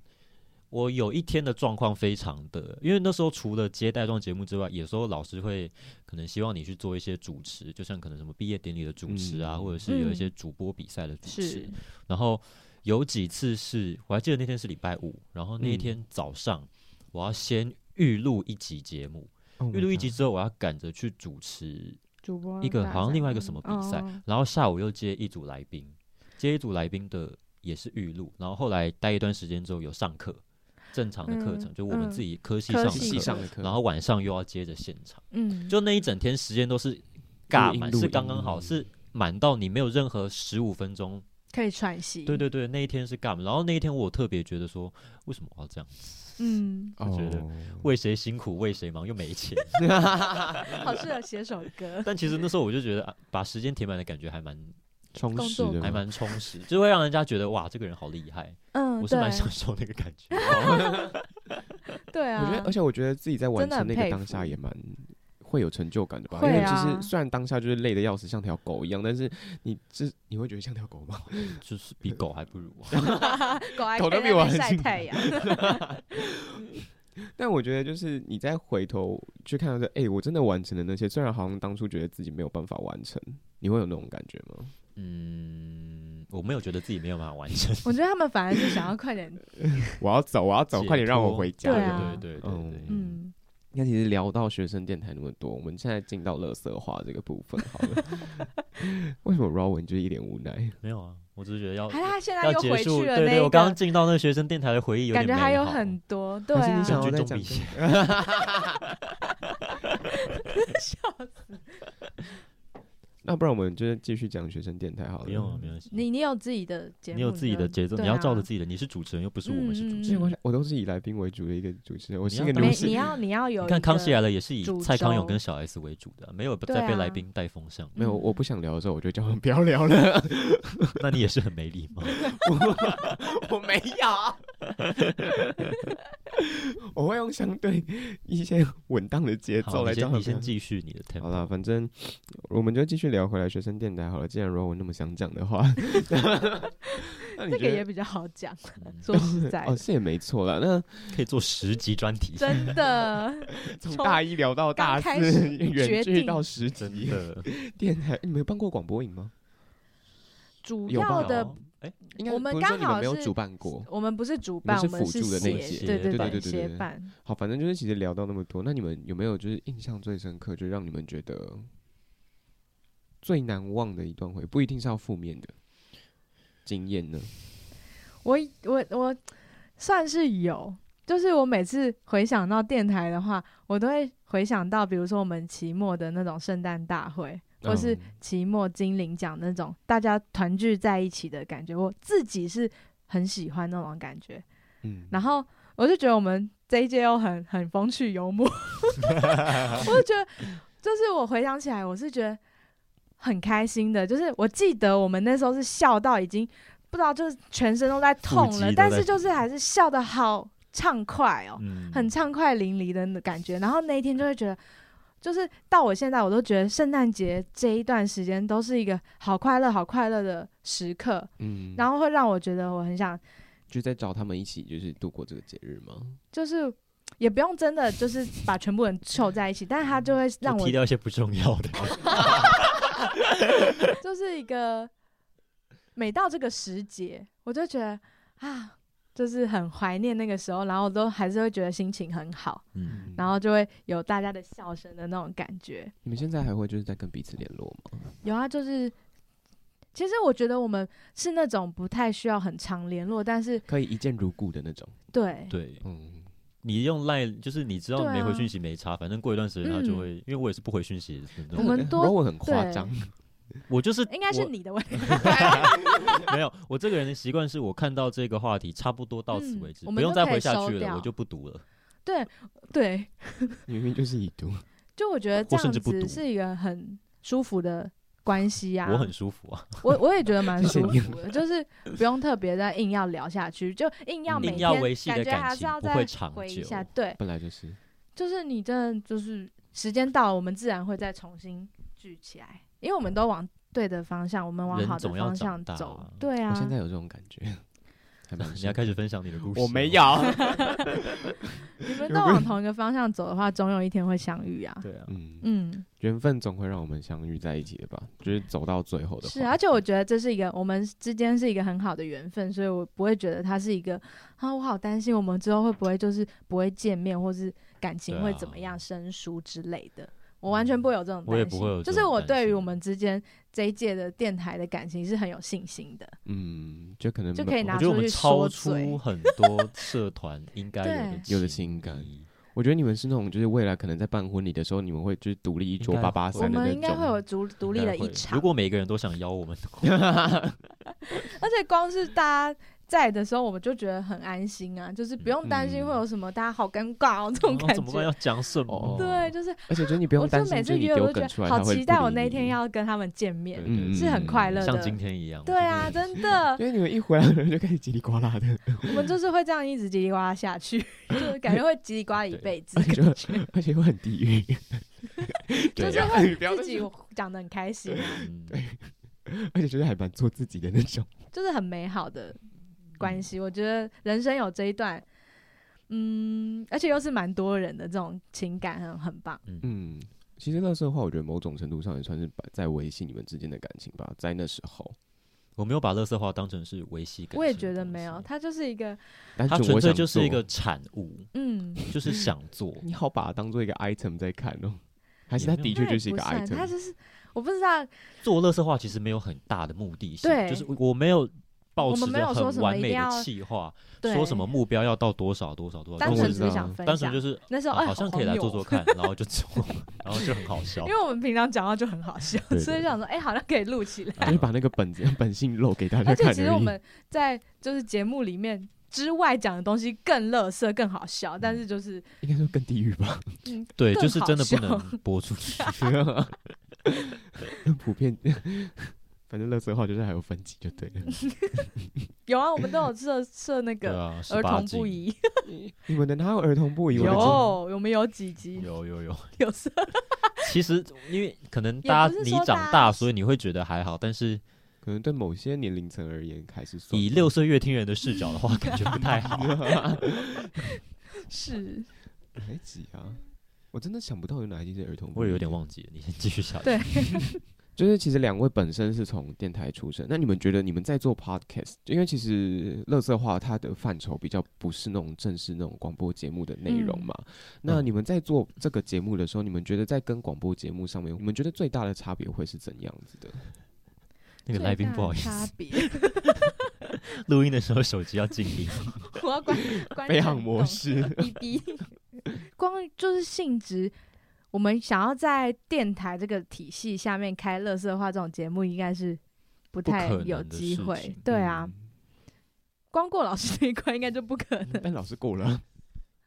我有一天的状况非常的，因为那时候除了接待状节目之外，有时候老师会可能希望你去做一些主持，就像可能什么毕业典礼的主持啊，
嗯
或者是有一些
嗯
主播比赛的主持。
是
然后有几次是我还记得那天是礼拜五，然后那一
嗯
天早上、我要先预录一集节目，
，Oh 嗯
预录一集之后我要赶着去主持
主播
一个
大
好像
赛
另外一个
吗
什么比赛
哦，
然后下午又接一组来宾，接一组来宾的也是预录，然后后来待一段时间之后有上课，正常的课程、
嗯
就我们
嗯
自己科系上
科
的
仔
系
细
课，
上的课，
然后晚上又要接着现场，
嗯，
就那一整天时间都是尬
音
满，
录
是
音
刚刚好，是满到你没有任何十五分钟。
可以喘息。
对，对对，那一天是尬满，然后那一天我特别觉得说，为什么我要这样？
嗯，
我觉得
哦
为谁辛苦为谁忙，又没钱。
嗯好适合写首歌。
但其实那时候我就觉得，啊把时间填满的感觉还蛮
充
工
实
作
的
还蛮充实，就会让人家觉得哇，这个人好厉害。
嗯，
我是蛮
对
享受那个感 觉。
对啊，
我觉得，而且我觉得自己在完
真的
成那
很
个
佩
当下
服
也蛮会有成就感的吧，
会
因为就
啊
是虽然当下就是累的要死，像条狗一样，但是你这你会觉得像条狗吗？
就是比狗还不如、
狗还
狗
可
都
以
比
在那
我还
边晒
幸
太阳。
但我觉得就是你再回头去看到说，哎、我真的完成了那些，虽然好像当初觉得自己没有办法完成，你会有那种感觉吗？
嗯，我没有觉得自己没有办法完 成。
我觉得他们反而是想要快点，
我要走，我要走，
解
快点让我
脱
回家。
对啊
对对对对
嗯
对。
嗯，
那其实聊到学生电台那么多，我们现在进到乐色化这个部分好了。 为什么 Rowan 就是一脸无奈？
没有啊，我只是觉得要
还是他现在
要
又
结
回
束。
去了
对
那
对，
个
我刚刚进到那个学生电台的回忆有
感
点
觉还
美
有
好
很多，对
还是
啊
你，想要
人
再
均
讲
中
更
比
那不然我们就是继续讲学生电台好了。
不用啊，没关系。
你你有自己的节目，
你有自己的节奏，
对
你要照着
啊
自己的。你是主持人，又不是我们是主
嗯
持
所以
人。
我想，我都是以来宾为主的一个主持人，我是一个女
你要
没
当
性
你。要你要有
你
一
看《康
个嗯
熙来了》也是以
主
蔡康永
轴
跟小 S 为主的，没有
对
再被来
啊
宾带风向。
没有，我不想聊的时候，我就叫他们不要
要聊了，
那你也是很没 礼貌。
我没有。
我会用相对一些稳当的节奏
好，
来
你
讲。
先你先继续你的 tempo。
好了，反正我们就继续聊回来学生电台好了。既然如果那么想讲的话， 那你
这个也
觉得
比较好讲，
嗯
说 实在
哦
的，
是也没错啦。那
可以做十集专题，
真的
从
从
大一聊到大
刚开
四，
始
远
决
距
定
到十
真
级
的
电台，你们有办过广播营吗？
主
有
要
吧
的
哦哎，
应该
我们
不是说
刚
你们
好
没有
是
主办过。
我们不是主
们
办，
是
我们
辅
是
助的那
一
协
些
对
对
对对对
对，协
对
办。
好，反正就是其实聊到那么多，那你们有没有就是印象最深刻，就让你们觉得最难忘的一段回忆，不一定是要负面的经验呢？
我我我算是有，就是我每次回想到电台的话，我都会回想到，比如说我们期末的那种圣诞大会，或是
嗯
期末精灵奖那种大家团聚在一起的感觉，我自己是很喜欢那种感觉。
嗯，
然后我就觉得我们这一届又很很风趣 幽默，我就觉得，就是我回想起来，我是觉得很开心的。就是我记得我们那时候是笑到已经不知道，就是全身都在痛
腹肌
了
都，
但
在
是就是还是笑的好畅快哦，
嗯
很畅快淋漓的感觉。然后那一天就会觉得。就是到我现在，我都觉得圣诞节这一段时间都是一个好快乐、好快乐的时刻，
嗯，
然后会让我觉得我很想，
就在找他们一起就是度过这个节日
嗯
吗？
就是也不用真的就是把全部人凑在一起，但是它就会让
就
我
踢掉一些不重要的。
就是一个每到这个时节，我就觉得啊，就是很怀念那个时候，然后我都还是会觉得心情很好，
嗯，
然后就会有大家的笑声的那种感觉。
你们现在还会就是在跟彼此联络吗？
有啊，就是其实我觉得我们是那种不太需要很常联络，但是
可以一见如故的那种。
对
对啊
嗯，
你用 line 就是你知
对
道
啊
没回讯息没差，反正过一段时间他就会，因为我也是不回讯息的那
我
种。
们多
我哎很夸
对
张，
我就是
应该是
我
你的 问题，
没有，我这个人的习惯是我看到这个话题差不多到此
嗯
为止，
我
不
们
用
就
再
可以
回下
收
去了，
掉
我就不读了。
对，
明明就是已读。
就我觉得
或
这样
甚至不
子
读
是一个很舒服的关系呀、
我很舒服啊，
我我也觉得蛮
谢谢
舒
你
服的，就是不用特别再硬要聊下去，就硬要
嗯
每
硬
天
要维系的
感觉还
感
是
情
要
不
再
会长
回一
久。
下。对，
本来就是，
就是你真的就是时间到了，我们自然会再重新聚起来，因为我们都往对的方向，我们往
人
好的
总要
方
长
向
大
走
啊。
对啊
我，现在有这种感觉，还蛮
你要
深
开始分享你的故事？
我没有。，
你们都往同一个方向走的话，总有一天会相遇啊。
对啊，
嗯，
嗯，
缘分总会让我们相遇在一起的吧？就是走到最后的话，
是，啊而且我觉得这是一个我们之间是一个很好的缘分，所以我不会觉得它是一个啊，我好担心我们之后会不会就是不会见面，或是感情
对啊嗯
会怎么样生疏之类的。我完全不会有这种担心，
我也不会有这种
就是我对
担
于
心
我们之间这一届的电台的感情是很有信心的。
嗯，就可能
就可
没
以拿
我觉得我们超
拿出去
出
说
很多社团应该有的
对
有的
情
情感
谊
我觉得你们是那种，就是未来可能在办婚礼的时候，你们会就是独立一桌
应
八
该
八
会
我
三的
们
那
应该会
种。
有独独立
应该
的一
会
场，
如果每个人都想邀我 们，
而且光是大家在的时候，我们就觉得很安心啊，就是不用担心会有什么大家好尴尬哦、这种
我嗯
感
怎么办？
觉
要。哦讲什
哦
么？
对，就是
而且就是你不
我
用
就
担心，
每
就
次
是你
约
丢
我都
梗
觉
出
得
来，
好
他会
期待
不
我
理
那一天
你。
要跟他们见面。
对对
是很快乐的
像今天一样。
对啊，真的，
因为你们一回来人就开始叽里呱啦 的，
我们就是会这样一直叽里呱啦 下去，就是感觉会叽里呱啦一辈子
而，且就而且会很地狱。
对
就是
啊
会自己讲的很开心，
嗯
而且就是还蛮做自己的那 种。
就是很美好的
嗯
关系。我觉得人生有这一段，嗯，而且又是蛮多人的这种情感很很棒。
嗯，其实乐色的话，我觉得某种程度上也算是把在维系你们之间的感情吧，在那时候。
我没有把乐色话当成是维系感情的东西，
我也觉得没有，它就是一个
单
它
纯
纯
我想
粹就是一
做
个，产物，
嗯，
就是想 做。
你好把它当做一个 item 在看哦，还是
也
它
没有
的
它
确就
也
是一
不
个
算，它
item？
就是我不知道，
做乐色话其实没有很大的目的性，
对
就是我没有抱
我
持
们没有
着
说什
很
么
完
一
美
定要
的计划，
对
说什么目标要到多少多少多少，
单
但
我
纯
知
只是
道
想分享，
单纯就是
那时候
啊
哎
好像可以来做做
荒
看，然后就做， 然后就很好笑
谬哦因。为我们平常讲话就很好笑，
对对
所以就想说，哎、好像可以录起来。
啊就是把那个本子 本性露给大家
而且
看
其实我
而已。
们在就是节目里面之外讲的东西更乐色、更好
嗯
笑，但是就是
应该说更地狱 吧，
嗯，
对，
更
就是真的不
好笑
能播出 去。
普遍。反正乐色话就是还有分级就对了。
有啊，我们都有设设那
对
个
啊，
儿
18
童不
禁。
宜，
你们的哪有儿童不宜？我
有
的天
我们有几集
有有有，
有设，
其实因为可能大家
也不是
你
说大
长
家
大，所以你会觉得还好，但是
可能对某些年龄层而言，还是算
以
吧
六岁乐听人的视角的话，感觉不 太好。
是
哪一集啊？我真的想不到有哪一集是儿童不宜。
我也有点忘记了，你先继续下去。
对
就是其实两位本身是从电台出身，那你们觉得你们在做 podcast，因为其实乐色话它的范畴比较不是那种正式那种广播节目的内容
嗯
嘛。那你们在做这个节目的时候，你们觉得在跟广播节目上面，你们觉得最大的差别会是怎样子的？
那个来宾
最大
不好意
差
思，
别，
录音的时候手机要静 音。
我要关关
飞
震
航模
动
式，
逼逼。 光就是性质，我们想要在电台这个体系下面开乐色化这种节目，应该是不
不
太
可能
有
的
机
事
会
情。
对啊，
嗯
光过老师那一关应该就不可能。
嗯
但老师过了，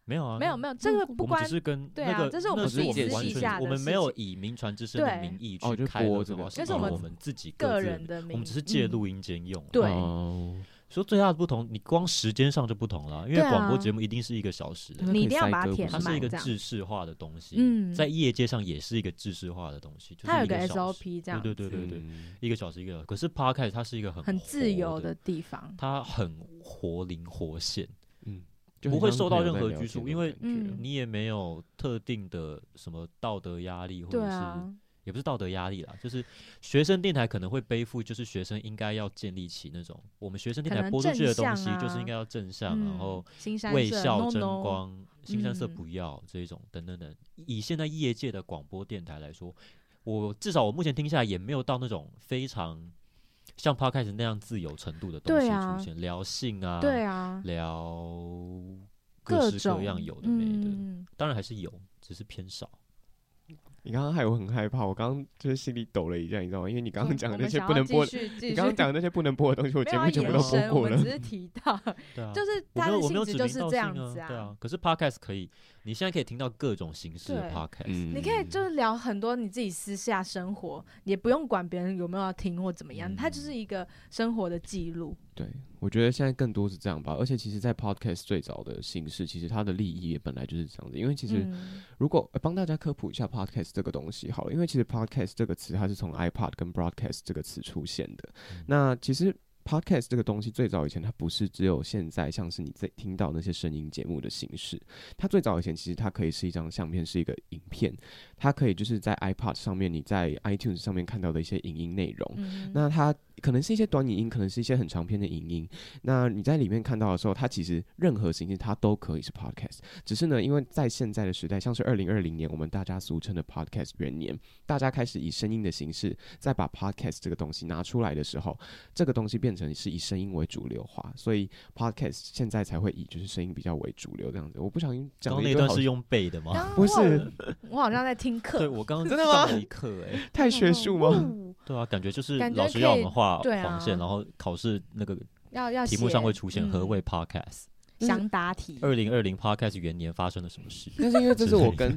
没有啊，
没有没有，这个不
我们
关
只是跟
对
那
啊
个，
这是我
那
们
自
我
己
们完
私
全
下
的
我们
事
没有
情
以名传之声的
对
名义
哦
去
就
开
播
的
这
话，
个
就是
我
我们
们自己各
个
自
人的名，
我们只是借录音间用。
对
哦
说最大的不同，你光时间上就不同了，因为
对啊
广播节目一定是一个小时的，
那
你
可
一
以
定要
塞
把它
歌
填
不
它
是
是一
满，
个
这样。
制式化的东西，
嗯
在业界上也是一个制式化的东西，就是
它有
一
个
个小时
SOP 这样
对对对对对，
嗯
一个小时一个小时。可是 podcast 它是一个很
很自由
活
的
的，
地方。
它很活灵活现，
嗯，就
不
很
会
像
受到
朋友在
任何
聊天
拘束，
那
因
种
为
感觉
嗯
你也没有特定的什么道德压力，或
对
者
啊
是，也不是道德压力啦，就是学生电台可能会背负，就是学生应该要建立起那种我们学生电
可
台
能
播出去的东西
正向啊
就是应该要正向，
嗯
然后
新山
为
社
校
no
争
no
光，新山色
嗯
不要这一种等等等。以现在业界的广播电台来说，我至少我目前听下来也没有到那种非常像 podcast 那样自由程度的东
对
西
啊
出现，聊性啊，
对啊，
聊
各
各式各
种
样有的没的，
嗯
当然还是有，只是偏少。
你刚刚害我很害怕，我刚刚就是心里抖了一下，你知道吗？因为你
嗯
刚刚讲的那些不能播，你
你
刚刚讲的那些不能播的东西，我节目全部都播过
啊我们
了
只。是提到，
对 啊，
就是
我
它
没有
的
我没
性
有
质
指
就
名
是
道
这
姓
样
啊
子
对啊。可是 podcast 可以，你现在可以听到各种形式的
对
podcast，、
嗯
你可以就是聊很多你自己私下生活，也不用管别人有没有要听或怎么
嗯
样，它就是一个生活的记录。
对，我觉得现在更多是这样吧。而且其实，在 podcast 最早的形式，其实它的利益也本来就是这样子。因为其实
嗯
如果呃帮大家科普一下 podcast 这个东西好了，因为其实 podcast 这个词它是从 iPod 跟 broadcast 这个词出现的。那其实 podcast 这个东西最早以前它不是只有现在像是你在听到那些声音节目的形式，它最早以前其实它可以是一张相片，是一个影片，它可以就是在 iPod 上面你在 iTunes 上面看到的一些影音内容。
嗯
那它可能是一些短影音，可能是一些很长篇的影音。那你在里面看到的时候，它其实任何形式它都可以是 podcast。只是呢，因为在现在的时代，像是二零二零年我们大家俗称的 podcast 元年，大家开始以声音的形式再把 podcast 这个东西拿出来的时候，这个东西变成是以声音为主流化，所以 podcast 现在才会以就是声音比较为主流这样子。我不小心
刚
讲
刚
了
那
一
一
堆
段
好
是用背的吗？
刚
不
我
是
我好像在听
对，
课，
我刚刚
真的吗
上了一课哎、
太学术吗？
哦？
对啊，感觉就是
感觉
老师
可
要我
以
们画
对啊
黄线，然后考试那个
要要
题目上会出现
写
何
嗯
谓 podcast。
嗯
想答题，
呃
二零二零 podcast 元年发生了什 么事？
但是因为这
之
是我
类
跟，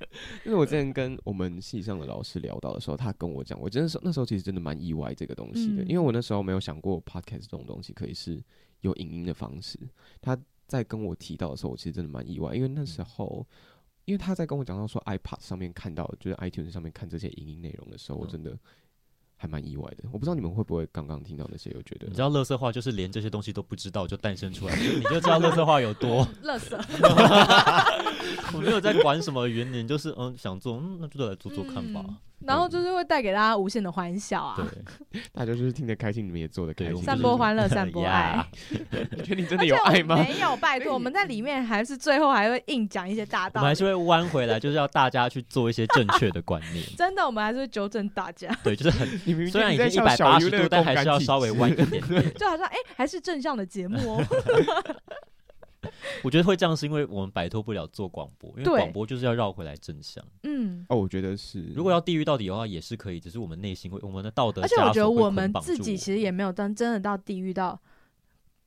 因为我之前跟我们系上的老师聊到的时候，他跟我讲，我真的是那时候其实真的蛮意外这个东西的，
嗯
因为我那时候没有想过 podcast 这种东西可以是有影音的方式。他在跟我提到的时候，我其实真的蛮意外，因为那时候。因为他在跟我讲到说 iPad 上面看到，就是 iTunes 上面看这些影音内容的时候，我
嗯
真的还蛮意外的。我不知道你们会不会刚刚听到那些，有觉得
你知道，乐色话就是连这些东西都不知道就诞生出来，你就知道乐色话有 多。
乐色，
我没有在管什么元年，就是嗯想做，嗯那就来做做看吧。
嗯然后就是会带给大家无限的欢笑啊，
对，
大家就是听得开心，你们也做得开
对
心。
我们
散
就是
播欢乐，散播 爱
呀。
你觉得你真的
而且
有
我
爱
们
吗？
没有，拜托，我们在里面还是最后还会硬讲一些大
我
道
们还
理。。
是会弯回来，就是要大家去做一些正确的观念
真的，我们还是会纠正大家，
对，就是很
你明明
虽然已
就
经
是
一
在
百
笑小
八
鱼
十
那
度，
个
但
共
还
感
是要
体
稍微
质
弯一点点。
就好像哎、还是正向的节目哦。
我觉得会这样是因为我们摆脱不了做广播，因为
对
广播就是要绕回来正向。
嗯，
哦，我觉得是。
如果要地狱到底的话，也是可以，只是我们内心会，我们的道德
而且
枷
我
锁
觉得
会
我
捆
们
绑
自
住
己
我
其实也没有到真的到地狱到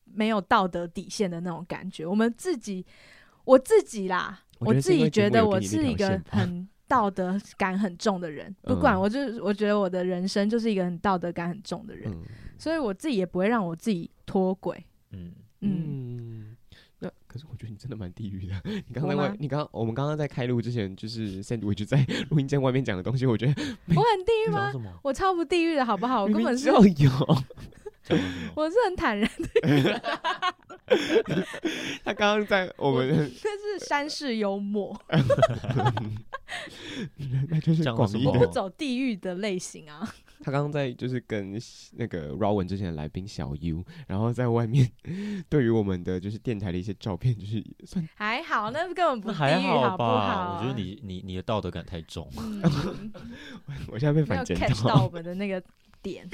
没有道德底线的那种感觉。我们自己，我自己啦，
我
我
觉得
自
是因为
己觉
节
得
目有
我
给你
是
那
一
条
个
线吧
很道德感很重的人，
嗯
不管我就是我觉得我的人生就是一个很道德感很重的人，
嗯
所以我自己也不会让我自己脱轨。
嗯，
嗯，
嗯，那可是我觉得你真的蛮地狱的。你刚刚
我
在外
吗，
你刚刚我们刚刚在开录之前，就是 sandwich 在录音间外面讲的东西，我觉得
我很地狱
你
吗
讲？什么？
我超不地狱的好不好？我
明
根
明
本
就是有。
讲什么？
我是很坦然，
他刚刚在我们，
这是山式幽默，
那就是
讲了
广
什
义
么
的
不。走地狱的类型啊。
他刚刚在就是跟那个 Rowan 之前的来宾小 U，然后在外面 对于我们的就是电台的一些照片，就是算
还好，那根本不
那
地
还
狱，好啊不
吧？
好？
我觉得你你你的道德感太重。
嗯
我现在被
没
反
有
检
catch 到我们的那个 点，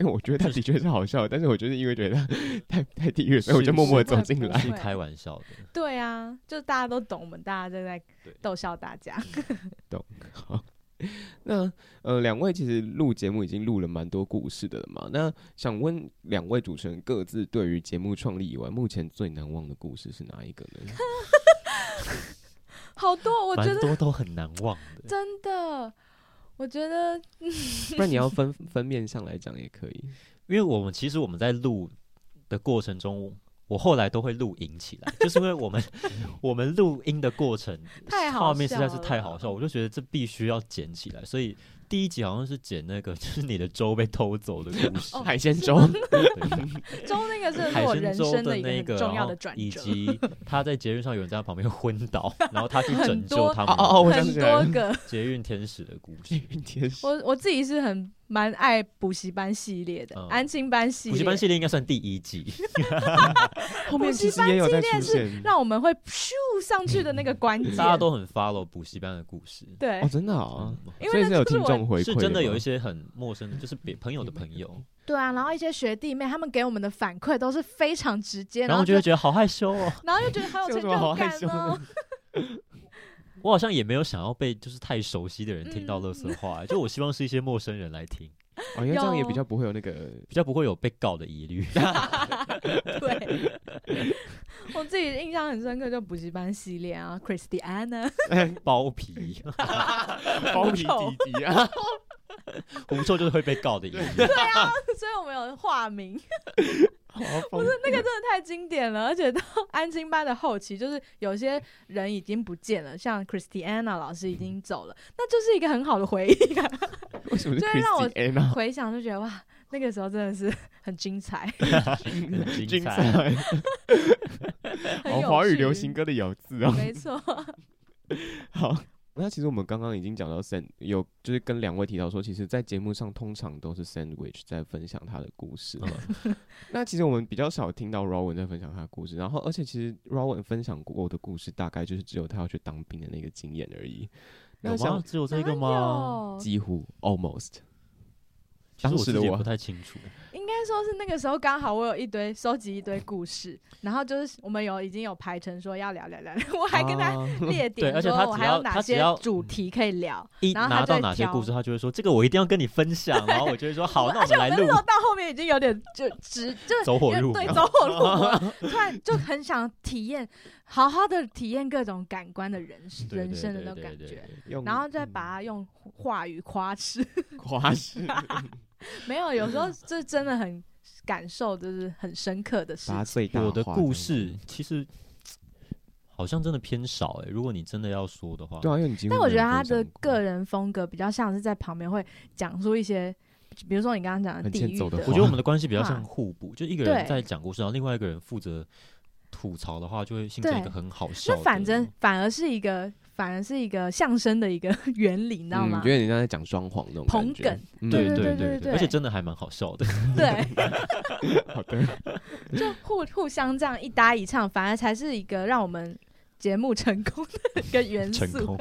因为 我觉得他的确是好笑的，但是我就是因为觉得他太太地狱了，所以我就默默的走进
不
来。
是
会
开玩笑的，
对啊，就大家都懂，我们大家都在
对
逗笑大家。
嗯
那呃，两位其实录节目已经录了蛮多故事的了嘛。那想问两位主持人各自对于节目创立以外，目前最难忘的故事是哪一个呢？
好多，我觉
蛮
得
多都很难忘啊的。
真的，我觉得
不然你要分分面上来讲也可以。
因为我们其实我们在录的过程中，我后来都会录音起来，就是因为 我们我们录音的过程
太好
画面实在是
笑
太
了
好笑，我就觉得这必须要剪起来，所以第一集好像是剪那个就是你的粥被偷走的故
哦
事，
海鲜粥，
哦 对
周那个真的
海
是我
参
人
粥
生
的
一个
那
很
个，
重
然
要
后
的转
以
折，
及他在捷运上有人在他旁边昏倒，然后他 去拯
很
救
多
他
哦哦哦
们
我想
很
起来了
多个。
捷运天使的故 事。
天使，
我我自己是很蛮爱补习班系列的，
嗯
安亲班系
补
列，
习班系列应该算第一季，
后面其实也有在出现，
让我们会咻上去的那个关键，
嗯大家都很 follow 补习班的故事。
对
哦，，真的啊，
嗯
因
所以
为
是
那
有
就是
听众
我
回馈
是
吗，
真的有一些很陌生的，就是别朋友的朋友，
对啊，然后一些学弟妹他们给我们的反馈都是非常直接，
然后
后
我就会觉得好害羞哦。
然后就觉得好有
这有
成
什么好
就
害
感
羞
哦
的，？
我好像也没有想要被就是太熟悉的人听到
嗯
乐色话，欸就我希望是一些陌生人来听，
哦，因为这样也
有
比较不会有那 个
比较不会有被告的 疑虑。
对。我自己印象很深刻，就补习班系列啊，Christiana，
包皮，
包皮弟弟啊，
狐臭就是会被告的疑虑。
所以我们有化名，
不是
那个真的太经典了，而且到 安亲班的后期，就是有些人已经不见了，像 Christiana 老师已
嗯
经走了，那就是一个很好的回忆啊。
为什么是啊
就会让我
Christiana
回想就觉得哇，那个时候真的是 很精彩，
很精
精
彩。
彩？啊
很
哦，
有
华语
趣
流行，歌的咬字啊，
没错，
好。 那其实我们刚刚已经讲到 sand，有就是跟两位提到说，其实，在节目上通常都是 sandwich 在分享他的故事嘛。 那其实我们比较少听到 Rowan 在分享他的故事，然后而且其实 Rowan 分享过的故事，大概就是只有他要去当兵的那个经验而已。那
有吗
像？
只有这个吗？
哪有？
几乎 almost
其实我
当时
自
的
己也
我
不太清楚。
应该说是那个时候刚好我有一堆收集一堆故事，然后就是我们有已经有排成说要聊聊聊， 我还跟他
啊
列
对而
点
且
说
他
我
只
还
要
有
他
哪
只
些
要嗯
主题可以聊，
一
然后他
拿
就
到
会
哪些
挑
故事，他就会说这个我一定要跟你分享，然后我 就会说好，那我
而且
们
我
来
们
录
那时候到后面已经有点就直就
走火
因为
入魔
对，。走 火入魔了，突然就很想体验，好好的体验各种感官的人生
对
人
对
生的
对
那种
对
感
对对嗯
觉，
对
用
然后再把它用话语夸饰。
夸饰，把
没有，有时候这真的很感受，就是很深刻的事
它
情。
最大化
我的
这
故
样
事
子
其实好像真的偏少哎、如果你真的要说的话，
对啊，因为你几乎
但我
没
觉
有
得他
分享
的
过
个人风格比较像是在旁边会讲述一些，比如说你刚刚讲的
很
地
欠
狱
揍的
我
话
觉得我们的关系比较像
哇
互补，就一个人
对
在讲故事，然后另外一个人负责吐槽的话，就会形成一个
对
很好笑
那
的。
反正反而是一个反而是一个相声的一个 原理，你知道
嗯
吗
觉？得你刚才讲双簧那种
捧
感觉
哏，
嗯
对
对
对
对
对
对对
而且真的还蛮好笑的。
啊
对，
好的，
就互互相这样一搭一唱，反而才是一个让我们节目成功的一个元
成
素
功。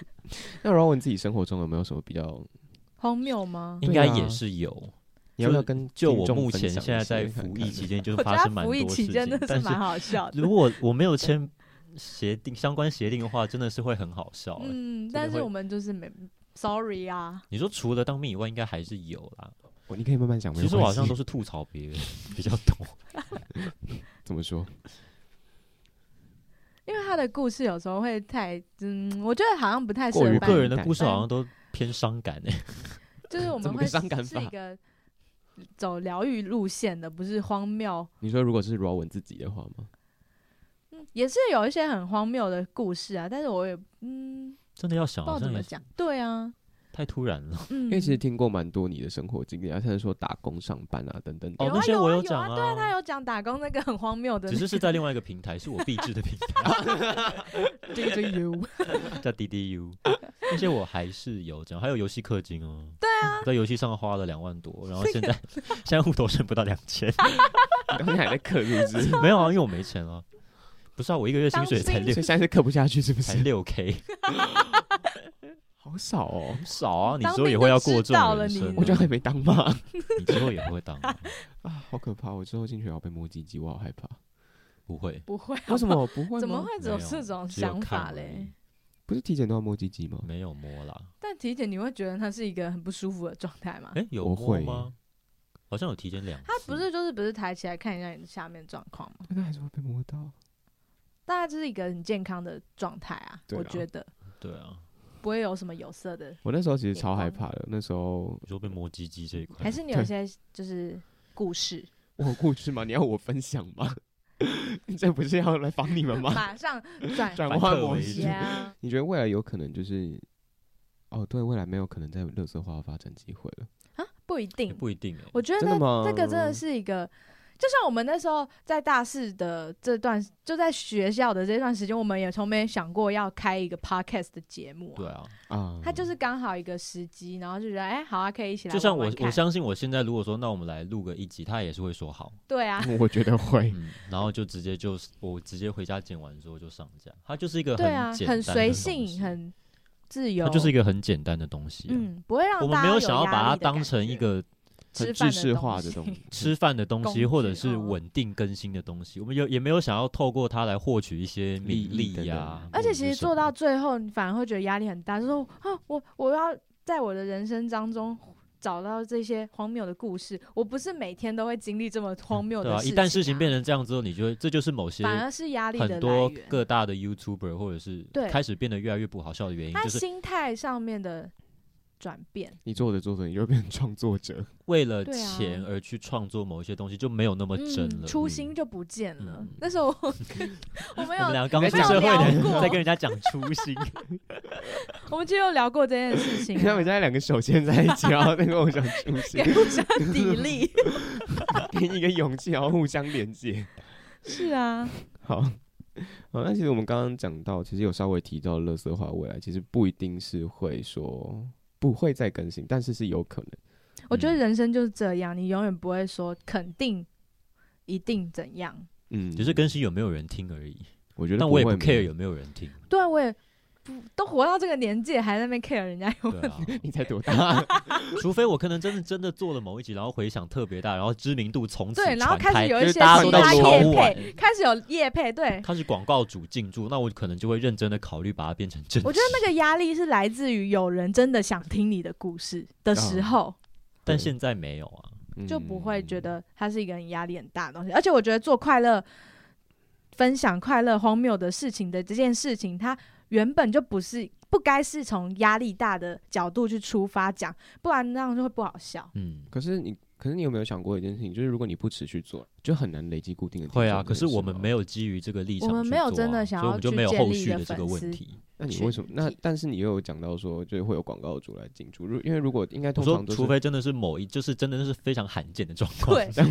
那然后问自己生活中有没有什么比较，
荒谬吗？
应
对
该
啊
也是有。
你要不要跟
就
听
我
众
目
分
前
享
现在
一
在
些看
服
看
役期间， 就
我觉
发
得
生
他
蛮
服役
多事
期
情
间真，的
但是
蛮好笑 的。
如果我没有签协定相关协定的话，真的是会很好笑、欸。
嗯，
的
但是
会
我们就是没，sorry 啊，
你说除了当兵以外，应该还是有啦。
哦你可以慢慢讲。没
其实
有
我好
关
像
系
都是吐槽别人比较多。
怎么说，
因为他的故事有时候会太，嗯，我觉得好像不太适
过于
合
我
搬
个人的故事
但
好像都偏伤感欸诶、
就是我
怎
们
么
会
个伤感
是一
法
个走疗愈路线的，不是荒谬。
你说如果是 Rowan 自己的话吗？
嗯，也是有一些很荒谬的故事啊，但是我也嗯，
哦真的要
不
想
知
好
道怎
像
么
也
讲。对啊，
太突然了。
嗯，
因为其实听过蛮多你的生活经历啊，像是说打工、上班啊等等的。
哦
有
那
啊
些
有
我
啊
有
有
讲
啊对啊，
啊
他有讲打工那个很荒谬的，
只是是在另外一个平台，是 我必制的平台，
对着 you，
叫 DDU。那些我还是有讲，还有游戏氪金哦。对啊，在游戏上花了两万多，然后现在 现在户头剩不到两千，
你刚才还在刻是不 是？
没有啊，因为我没钱啊。不是啊，我一个月薪水才
当兵
所以
六
现在是刻不下去是不
才
是？
六 K，
好少哦，
少啊！你
当
之后也
兵
会
就
要过
知
这
道
种
了
人
你
生啊，
我觉得还没当吧。
你之后也不会当啊，
啊，好可怕！我之后进学校被摸鸡鸡，我好害 怕。
不 会。
不会，
为什？么不会吗？
怎么会
没
有
有
这种
只有
想
看
法
而
嘞
已？
不是体检都要摸鸡鸡吗？
没有摸啦。
但体检你会觉得它是一个很不舒服的状态吗？
哎、有
我
摸
会
吗？好像有提前两次。
它啊不是就是不是抬起来看一下你的下面状况吗？
哦那还是会被摸到。
大概就是一个很健康的状态啊，
对
我
啦
觉得
对啊，
不会有什么有 色的，
我那时候其实超害
眼光
怕的，那时候
你说被摸鸡鸡这一块，
还是你有一些就是故事
我有故事吗？你要我分享吗？ 这不是要来防你们 吗？
马上 转
转换
反客
模
为
式
主
邪。啊！
你觉得未来有可能就是，哦，对，未来没有可能再有乐色化的发展机会了。
啊，不一定
也，不一定哎、
我觉
真的
得
吗
这个真的是一个，就像我们那时候在大四的这段，就在学校的这段时间，我们也从没想过要开一个 podcast 的节目、
对，啊，
啊，
它就是刚好一个时机，然后就觉得哎、好啊，可以一起来
就
玩
像我
玩，看
我相信我现在如果说，那我们来录个一集，他也是会说好，
对啊，
我觉得会，
嗯，然后就直接就是我直接回家剪完之后就上架，它就是一个
对啊，
简单
很
的
随
东
性，
西
很自由，
它就是一个很简单的东西啊、
嗯，不会让
我
大
们
家
没
有
想要
压
把它
力的
当
感
成一
觉
个
吃
很
饭
制
的
式化的
东
东
西
西。
吃饭的东
工
西，
具
或者是
嗯
稳定更新的东西，我们有也没有想要透过它来获取一些
利
名
益
利啊
等等
呀、
而且
或者是
其实
什
做
么
到最后，你反而会觉得压力很大，就说啊，我我要在我的人生当中找到这些荒谬的故事，我不是每天都会经历这么荒谬
对
的
啊，
事
一
情、
旦事情变成这样之后，你就会这就是某些
反而是压力的
很
来
多
源。
各大的 YouTuber 或者是
对
开始变得越来越不好笑的原因，
他
就是
心态上面的转变，
你做着做着，你就会变成创作者。
为了
对啊嗯
钱而去创作某一些东西，就没有那么真了。
初心就不见了。
嗯
那时候 我我们
我们
有，
俩刚刚
没有
社会人
聊过
在跟人家讲初 心，
我们就有聊过这件事情
你看，我
啊、
们现在两个手牵在一起，然后那个我想出
也
现，
互相砥 砺。啊
给你一个勇气，然后互相连接。
是啊，
好，好，那其实我们刚刚讲到，其实有稍微提到乐色化未来，其实不一定是会说不会再更新，但是是有可能。
我
嗯
觉得人生就是这样，你永远不会说肯定一定怎样。
嗯，
只是更新有没有人听而已。
我觉得
但我也
不
不
会没
care
有
有没有人听，
对啊，我也不都活到这个年纪，还在那边 care 人家 有
对啊，
你才多 大？
除非我可能真的真的做了某一集，然后回响特别大，然后知名度从此
对，然后
传开，
开始有一
就
些
是
其
大
他
家都在
业
敲
碗
配，开始有业配，对。
它是广告主进驻，那我可能就会认真的考虑把它变成正。
我觉得那个压力是来自于有人真的想听你的故事的时候，
但现在没有啊，
嗯
就不会觉
得。
得它是一个很压力很大的东西。而且我觉得做快乐、分享快乐、荒谬的事情的这件事情，它原本就不是不该是从压力大的角度去出发讲，不然那样就会不好笑。
嗯。
可是你，可是你有没有想过一件事情，就是如果你不持续做，就很难累积固定的。
会啊，可是我们没
有。
有基于这个立场
我
去做啊，
们没有真的想
所以我
要
们就
去
没有
建
后
立
续
的
的这
粉
个问
丝
题。
那你为什么？那
群体
但是你又有讲到说，就是会有广告主来进驻，如因为如果应该
我
通
说
常，都是
除非真的是某一，就是真的是非常罕见的状况。
对，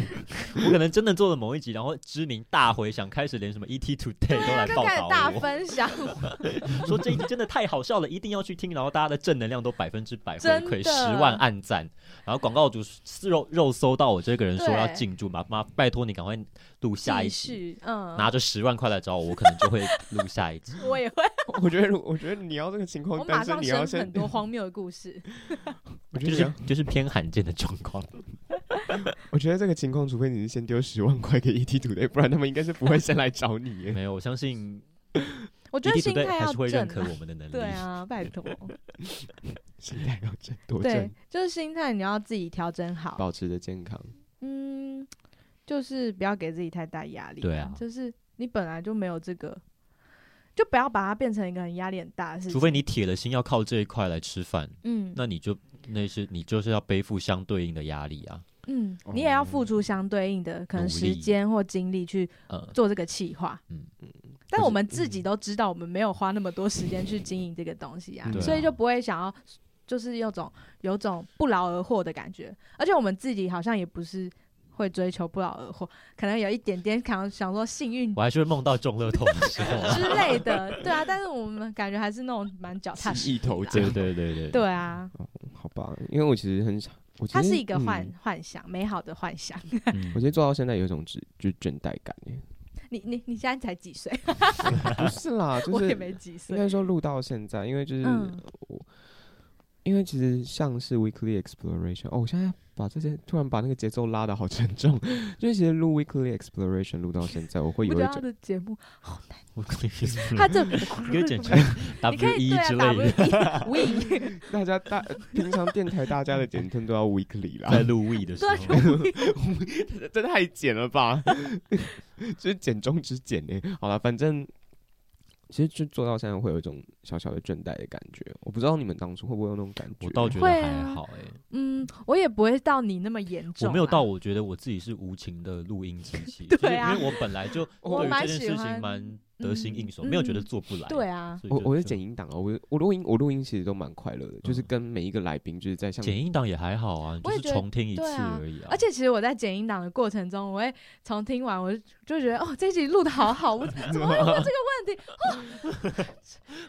我可能真的做了某一集，然后知名大回响，开始连什么 ET Today 都来
啊就
报
开始大
道
分享，
我，说这一集真的太好笑了，一定要去听。然后大家的正能量都百分之百回
真
馈，
的
十万暗赞。然后广告主是肉肉搜到我这个人说
对
要进驻嘛，妈拜托你赶快录 下一
继
集，
续，嗯，
拿着十万块来找我，我可能就会录下一集。
我也会，
我觉得如，我觉得你要这个情
哦
我
况，但
马
是
上
你要
生
先
很，多荒谬的故 事。
我觉得你
就是
要，
就是偏罕见的状况。
我觉得这个情况，除非你是先丢十万块给 ET 土队，不然他们应该是不会先来找你耶。
没有，我相信
我觉得
ET
心
团队
态
还
要
是会认可
正啊，
我们的能力。
对啊，拜 托，
现在要挣多
对
挣，，
就是心态你要自己调整好，
保持着健康。
嗯，就是不要给自己太大压力，
对啊
就是你本来就没有这个，就不要把它变成一个很压力很大的事情，
除非你铁了心要靠这一块来吃饭，
嗯
那你就那是你就是要背负相对应的压力啊。
嗯，你也要付出相对应的可能
努
时
力
间或精力去
呃，
做这个企划。
嗯
可
但
是嗯
我们自己都知道，我们没有花那么多时间去经营这个东西啊，
对啊
所以就不会想要，就是有种有种不劳而获的感觉。而且我们自己好像也不是会追求不劳而获，可能有一点点想想说幸运
我还是会梦到中乐透的时候、啊。
之类的，对啊。但是我们感觉还是那种蛮脚踏实
一头
地
对
针，
对对对，
对啊，
好吧，因为我其实很想，我其
它
实
是一个幻、
嗯
幻想，美好的幻想。
嗯
我觉得做到现在有一种只就是倦怠感耶，
你你你现在才几岁？
啊不是 啦，就
我
是
也没几
应
岁。
该说录到现在，因为就是、
嗯
我，因为其实像是 Weekly Exploration，哦，我现在把这些突然把那个节奏拉的好沉重， 就是其实录 Weekly Exploration 录到现在，我会
我
有
觉
一
得他
种
的节目，
我可以
他这
给我剪成
你可
W
以
E
对啊
之
打 W
类的，
E 无影。
大家大平常电台大家的简称都要 Weekly
在
啦，
录 E 的时
对啊
候，
这 欸太简了吧，就是简中之简呢。好了，反正。其实就做到现在会有一种小小的倦怠的感觉。我不知道你们当初会不会有那种感觉。
我倒觉得
会
还
啊
好哎、
嗯，我也不会到你那么严重，啊
我没有到，，我觉得我自己是无情的录音机 器，
对
就是
啊
因为我本来就
我
对于这
蛮
件
喜
事情
欢嗯
蛮得心应手，没有觉得做不来。
对啊，
所以就，
我我是
就
剪音档啊，我我录音我录音其实都蛮快乐的，就是
嗯
跟每一个来宾就是在像
剪音档也还好啊，你
我
就
也
是
觉得
重听一次
对啊
而已啊。
而且其实我在剪音档的过程中，我会从听完，我就就觉得哦，这一集录的好好，我 怎么会问这个问题？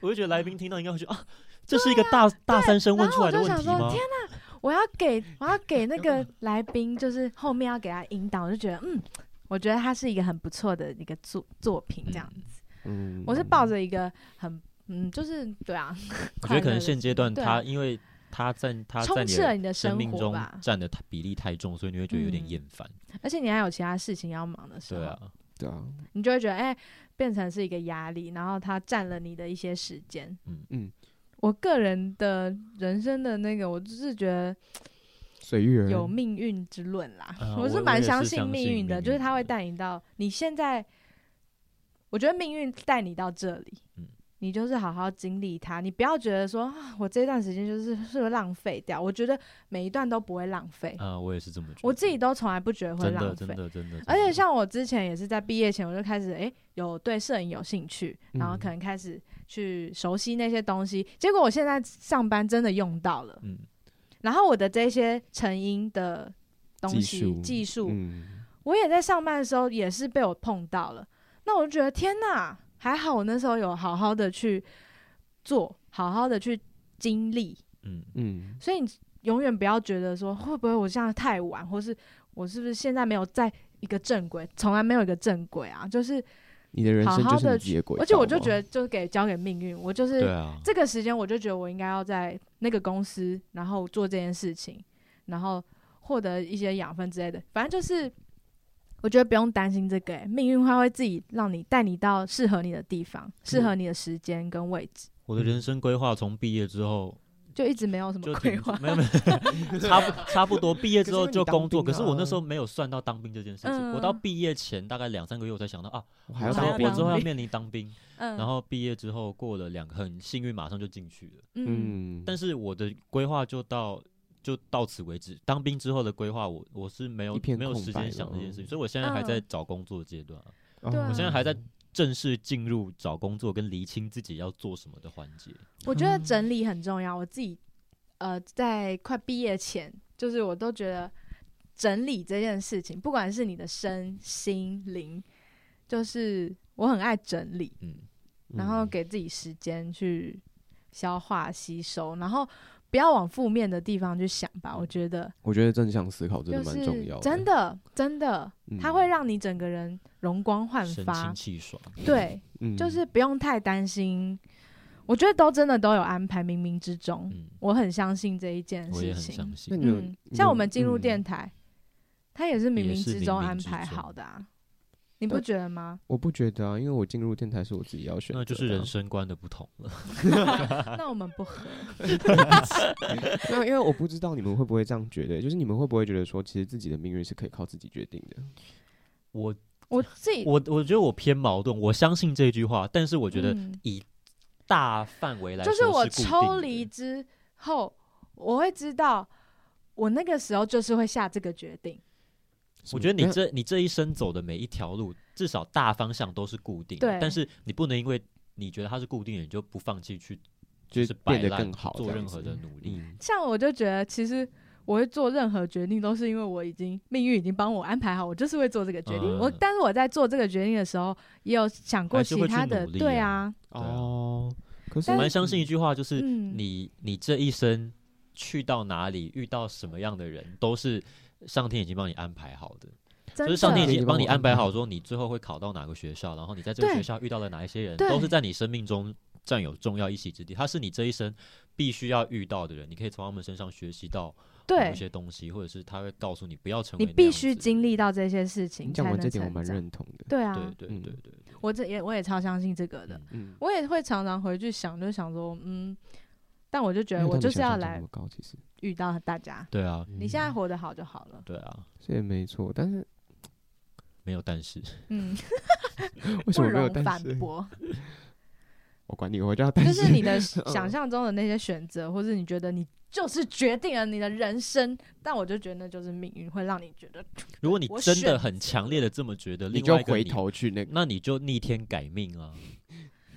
我就觉得来宾听到应该会觉得啊，这是一个大大三生问
然
出
后
来的
我就
问
想
题
说
吗？
天我要给我要给那个来宾，就是后面要给他引导，我就觉得嗯，我觉得他是一个很不错的一个作作品，这样。
嗯，
我是抱着一个很嗯，就是对啊，
我觉得可能现阶段
对啊
他因为他占他在
充
你
斥了
的
你的
生
生
命
活
中
吧，
占的太比例太重，所以你会觉得有点
嗯
厌烦。
而且你还有其他事情要忙的时候，
对啊，
对啊，
你就会觉得哎、变成是一个压力，然后它占了你的一些时间。
嗯
嗯，
我个人的人生的那个，我就是觉得
随遇而
有
安。嗯
命运之论啦，
啊
我
我
是蛮
我也是
信
相信
运的，
命
就是
运
它会
的
带你到你现在，我觉得命运带你到这里，
嗯
你就是好好经历它，你不要觉得说啊，我这段时间就是是不是浪费掉，我觉得每一段都不会浪费，
啊，我也是这么觉得。
我自己都从来不觉得会
真的
浪
真
费。
的真的，
而
真
且
的
像我之前也是在毕业前，我就开始诶有对摄影有兴趣，然后
嗯
可能开始去熟悉那些东西。结果我现在上班真的用到了，
嗯，
然后我的这些成因的东
技
西
术
技术，
嗯，
我也在上班的时候也是被我碰到了。那我就觉得天哪，还好我那时候有好好的去做，好好的去经历。
嗯，
嗯，
所以你永远不要觉得说会不会我现在太晚，或是我是不是现在没有在一个正轨，从来没有一个正轨啊，就是
你的人生
好
就
好
是
的
你自己的轨道嘛，
而且我就觉得就是给交给命运，我就
对
是
啊，
这个时间我就觉得我应该要在那个公司，然后做这件事情，然后获得一些养分之类的，反正就是。我觉得不用担心这个、欸，命运它会自己让你带你到适合你的地方，
嗯
适合你的时间跟位置，
我的人生规划从毕业之后
就一直没有什
就
么规
顶
划。
没有没有， 差不差不多毕业之后
可是因为你
就
当
工作。
兵
可是我那时候
啊
没有算到当兵这件事情，
嗯
我到毕业前大概两三个月我才想到啊，
我还要
我
当
之后
当
兵
我之后要
兵
面临当兵，
嗯，
然后毕业之后过了两个很幸运，马上就进去了。
嗯
嗯，
但是我的规划就到就到此为止。当兵之后的规划，我我是没有
一片
没有
空
时
白
间想这件事情，
了
所以我现在还在
嗯
找工作阶段啊，
哦
对啊
我现在还在正式进入找工作跟厘清自己要做什么的环节。
我觉得整理很重要。我自己呃，在快毕业前，就是我都觉得整理这件事情，不管是你的身心灵，就是我很爱整理，
嗯，
然后
嗯
给自己时间去消化吸收，然后不要往负面的地方去想吧。我觉得
我觉得正向思考真
就
的蛮重
是
要，
真
的，
的真的，它
嗯
会让你整个人容光焕
神
发
清。气爽。
对，
嗯
就是不用太担心。我觉得都真的都有安排，冥冥之中，
嗯，
我很相信这一件
我也
事
很
情
相。
那
信。
你有
嗯，像我们进入电，台，它也是冥
也
冥
是
之
冥
中
冥
安
之
排
中
好的啊，你不觉得
嗯？
吗
我不觉得啊，因为我进入电台是我自己要选择的啊，
那就是人生观的不同了。
那我们不合，
那因为我不知道你们会不会这样觉得，就是你们会不会觉得说，其实自己的命运是可以靠自己决定的？
我
我自己
我我觉得我偏矛盾，我相信这句话，但是我觉得
嗯
以大范围来
就
说
是我
固定
抽
的
离之后，我会知道我那个时候就是会下这个决定。
我觉得
没
你
有
这你这一生走的每一条路，至少大方向都是固定的
对
但是你不能因为你觉得它是固定的，你就不放弃去
就是
摆
变得
烂
更好，
做任何的努力。
嗯，
像我就觉得，其实我会做任何决定，都是因为我已经命运已经帮我安排好，我就是会做这个决定。
嗯
我但是我在做这个决定的时候，也有想过
还是
其
会
他
去
的，
努力
对
啊
啊，
对啊
哦，可是
我蛮相信一句话，就是
嗯
你你这一生去到哪里，遇到什么样的人，都是上天已经帮你安排好的，
真
就是上
的
天已经帮你
上天已经帮我
安排
安排好
好，说你最后会考到哪个学校，然后你在这个
对
学校遇到了哪一些人，
对
都是在你生命中占有重要一席之地。他是你这一生必须要遇到的人，你可以从他们身上学习到某
对
一，些东西，或者是他会告诉你不要成为
你
那
必
样子
须
的
经
人。
历到这些事情
你
才
讲完
能
这点我
成
蛮
长。
认同的。
对啊
对，对对
嗯
对对对
我这也我也超相信这个的。
嗯
嗯，
我也会常常回去想，就想说，嗯，但我就觉
没
得
有
我
到你
就是
想
要
象中
来
那么高，其实
遇到大家。
对啊，
你现在活得好就好了。
对啊，
这也没错，但是
没有但是，
嗯，
为什
不
么没有
容
但
反
是？
驳。
我管你，我就要 担
就
心。
是你的想象中的那些选择，或是你觉得你就是决定了你的人生，但我就觉得那就是命运会让你觉得
如果你
我
真的
选
很强烈的这么觉得，
你
另
就
外一个
回
你，
头去那个，
那你就逆天改命 啊，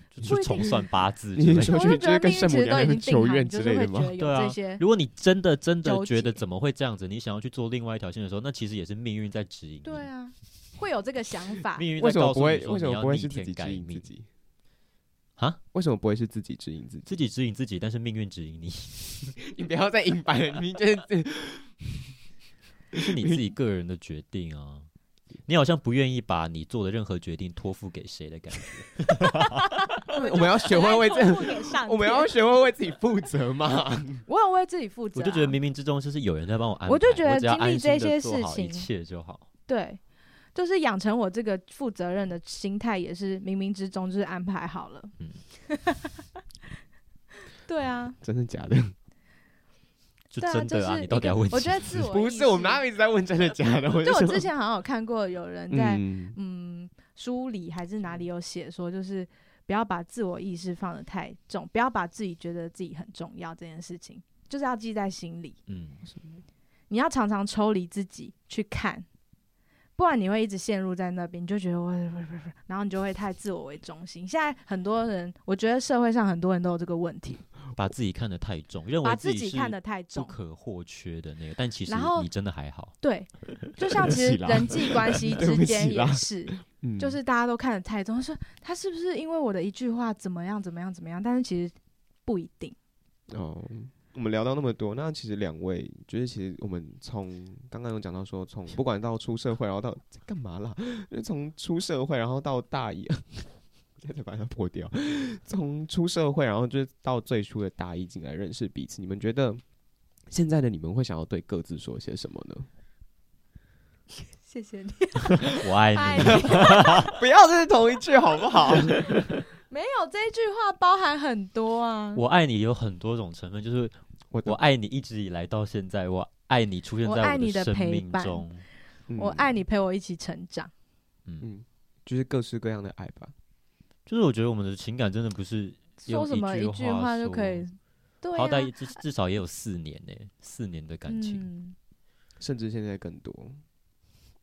就
不
去
一
重
定
算八字之
你
类
说
的。
我
去
就
就
觉得
跟
命运
圣
其
母
实
娘
都
娘
已经定
求
好，
愿
你就
之
是
类的
会
吗
觉得有
对啊
这些。
如果你真的真的
纠
觉得
结
怎么会这样子，你想要去做另外一条线的时候，那其实也是命运在指引你。
对啊，会有这个想 法。
命运
为
在
什么
告
不
诉
会
你？说
为什
你
么
要
不会
逆
是自
天
己
改
指引自
命
己？
啊？
为什么不会是自己指引自己？
自己指引自己，但是命运 指引你，
你不要再硬掰了，你这
这是你自己个人的决定啊。你好像不愿意把你做的任何决定托付给谁的感 觉。
我们要学会为这，
给上
我们要学会为自己负责嘛。
我有为自己负责啊、
我就觉得冥冥之中就是有人在帮我安排，
我
我
就觉得
只要
经
安
历
心地
这些
做
事
好一
情
切就好。
对，就是养成我这个负责任的心态，也是冥冥之中就是安排好了。
嗯
对啊，
真的假的？
就
对啊，
真
就
的啊，
是
你
一
到底
个
要问
我
几
觉得
次
自我
不
意
是，我们
识
哪里在问真的假的？我
就我
想
之前好像有看过有人在
嗯，
嗯书里还是哪里有写说，就是不要把自我意识放得太重，不要把自己觉得自己很重要这件事情，就是要记在心里。
嗯，
你要常常抽离自己去看，不然你会一直陷入在那边，你就觉得我，然后你就会太自我为中心。现在很多人，我觉得社会上很多人都有这个问题，
把自己看得太重，认为
把自己
是
看得太
不
重。
可或缺的那个，但其实
然后
你真的还好。
对，就像其
对不
实
起啦
人际关系
对不
之
起
间也
啦
是，
嗯
就是大家都看得太重，说他是不是因为我的一句话怎么样怎么样怎么样，但是其实不一定。
哦。我们聊到那么多，那其实两位就是，其实我们从刚刚有讲到说， 从不管到出社会，然后到在干嘛啦， 就是从出社会，然后到大 一，现在把它破掉，从出社会，然后就是到最初的大一进来认识彼此，你们觉得现在的你们会想要对各自说些什么呢？
谢谢你，
我爱
爱
你，
你。
不要这是同一句好不好？
没有这一句话包含很多啊。
我爱你有很多种成分，就是
我
我爱你一直以来到现在，我爱你出现
我
在
爱你的
生
陪
命
伴
中。
嗯
我爱你，陪我一起成长。
嗯，
嗯，就是各式各样的爱吧。
就是我觉得我们的情感真的不是
说什么
一
一句话就
说
可以，对
好歹
啊，
至至少也有四年呢，四年的感情。
嗯，
甚至现在更多。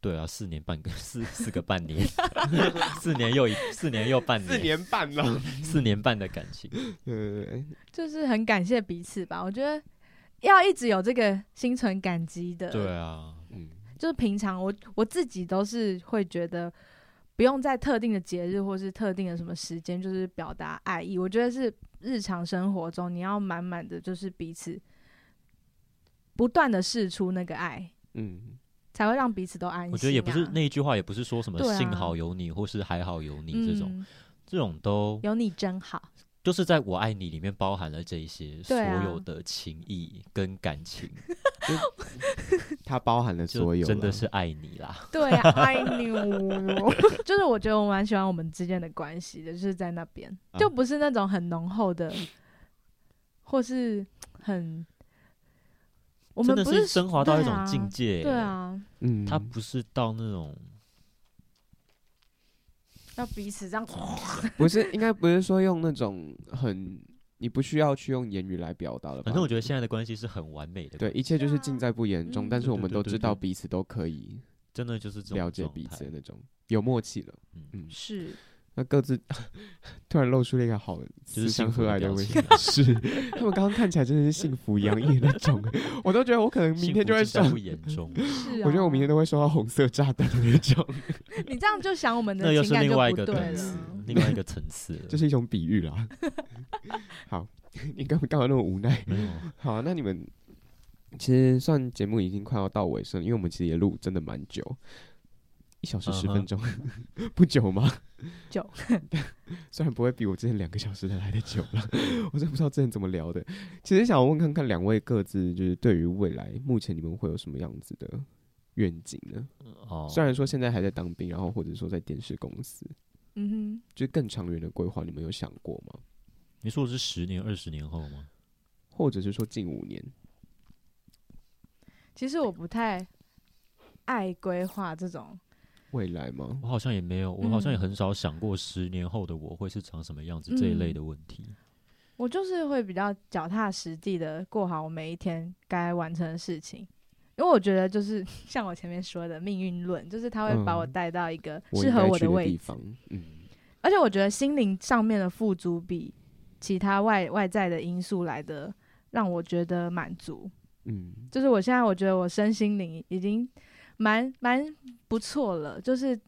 对啊，四年半个 四四个半年， 四年又一四年又半年，
半 了，
四年半的感情，
呃，
就是很感谢彼此吧。我觉得要一直有这个心存感激的，
对啊，
嗯，
就是平常我我自己都是会觉得，不用在特定的节日或是特定的什么时间，就是表达爱意。我觉得是日常生活中你要满满的，就是彼此不断的试出那个爱，
嗯，
才会让彼此都安心、啊。
我觉得也不是那一句话，也不是说什么
对啊
幸好有你或是还好有你这种，
嗯、
这种都
有你真好。
就是在我爱你里面包含了这一些所
对啊
有的情谊跟感情，
它包含了所
就
有，
真的是。爱你啦。
对啊，爱你 哦。就是我觉得我蛮喜欢我们之间的关系的，就是在那边、
啊
就不是那种很浓厚的，或是很。我
真
们
的
不
是升华到一
对
种
啊
境界、欸
对，啊，
嗯，
它不是到那种
要彼此这样。
嗯
不是应该不是说用那种很你不需要去用言语来表达的吧？
反正我觉得现在的关系是很完美的，
对，，一切就是尽在不言中，
嗯
但是我们都
对对对
知道
对
彼此都可以
真的就是这种
了解
状
彼
态
此的那种有默契了。
嗯
嗯，
是，
那各自突然露出了一个好
就是
慈祥
幸福
和
的
蔼的
表
微
情
笑， 是他们刚刚看起来真的是幸福洋溢的那 种，我都觉得我可能明天就会
幸福尽在
上
不言中，
是、啊。啊
我觉得我明天都会收到红色炸弹的那种，
你这样就想我们
那
的
又
情
是
感
另
就
外一
不
个
对
层次
了。，
另外一个层次 了。
这是一种比喻 啦。 好， 你干嘛干嘛那么无奈？
没有
好啊、那你们其实算节目已经快要到尾声了，因为我们其实也录真的蛮久，一小时十分钟 不久吗？
嗯久，
虽然不会比我之前两个小时的来的久了， 我真不知道之前怎么聊的。其实想问看看两位各自就是对于未来，目前你们会有什么样子的愿景呢？
哦，
虽然说现在还在当兵，然后或者说在电视公司，
嗯
就是更长远的规划，你们有想过吗？
你说的是十年、二十年后吗？
或者是说近五年？
哼，其实我不太爱规划这种
未来吗？
我好像也没有，我好像也
嗯
很少想过十年后的我会是长什么样子这一
嗯
类的问题。
我就是会比较脚踏实地的过好我每一天该完成的事情，因为我觉得就是 像我前面说的命运论，就是它会把我
嗯
带到一个
我
适
应
合
该
我
去
的
的
位
地
置，
方，嗯，
而且我觉得心灵上面的富足比其他外外在的因素来的让我觉得满足。
嗯，
就是我现在我觉得我身心灵已经蛮蛮不错了，就是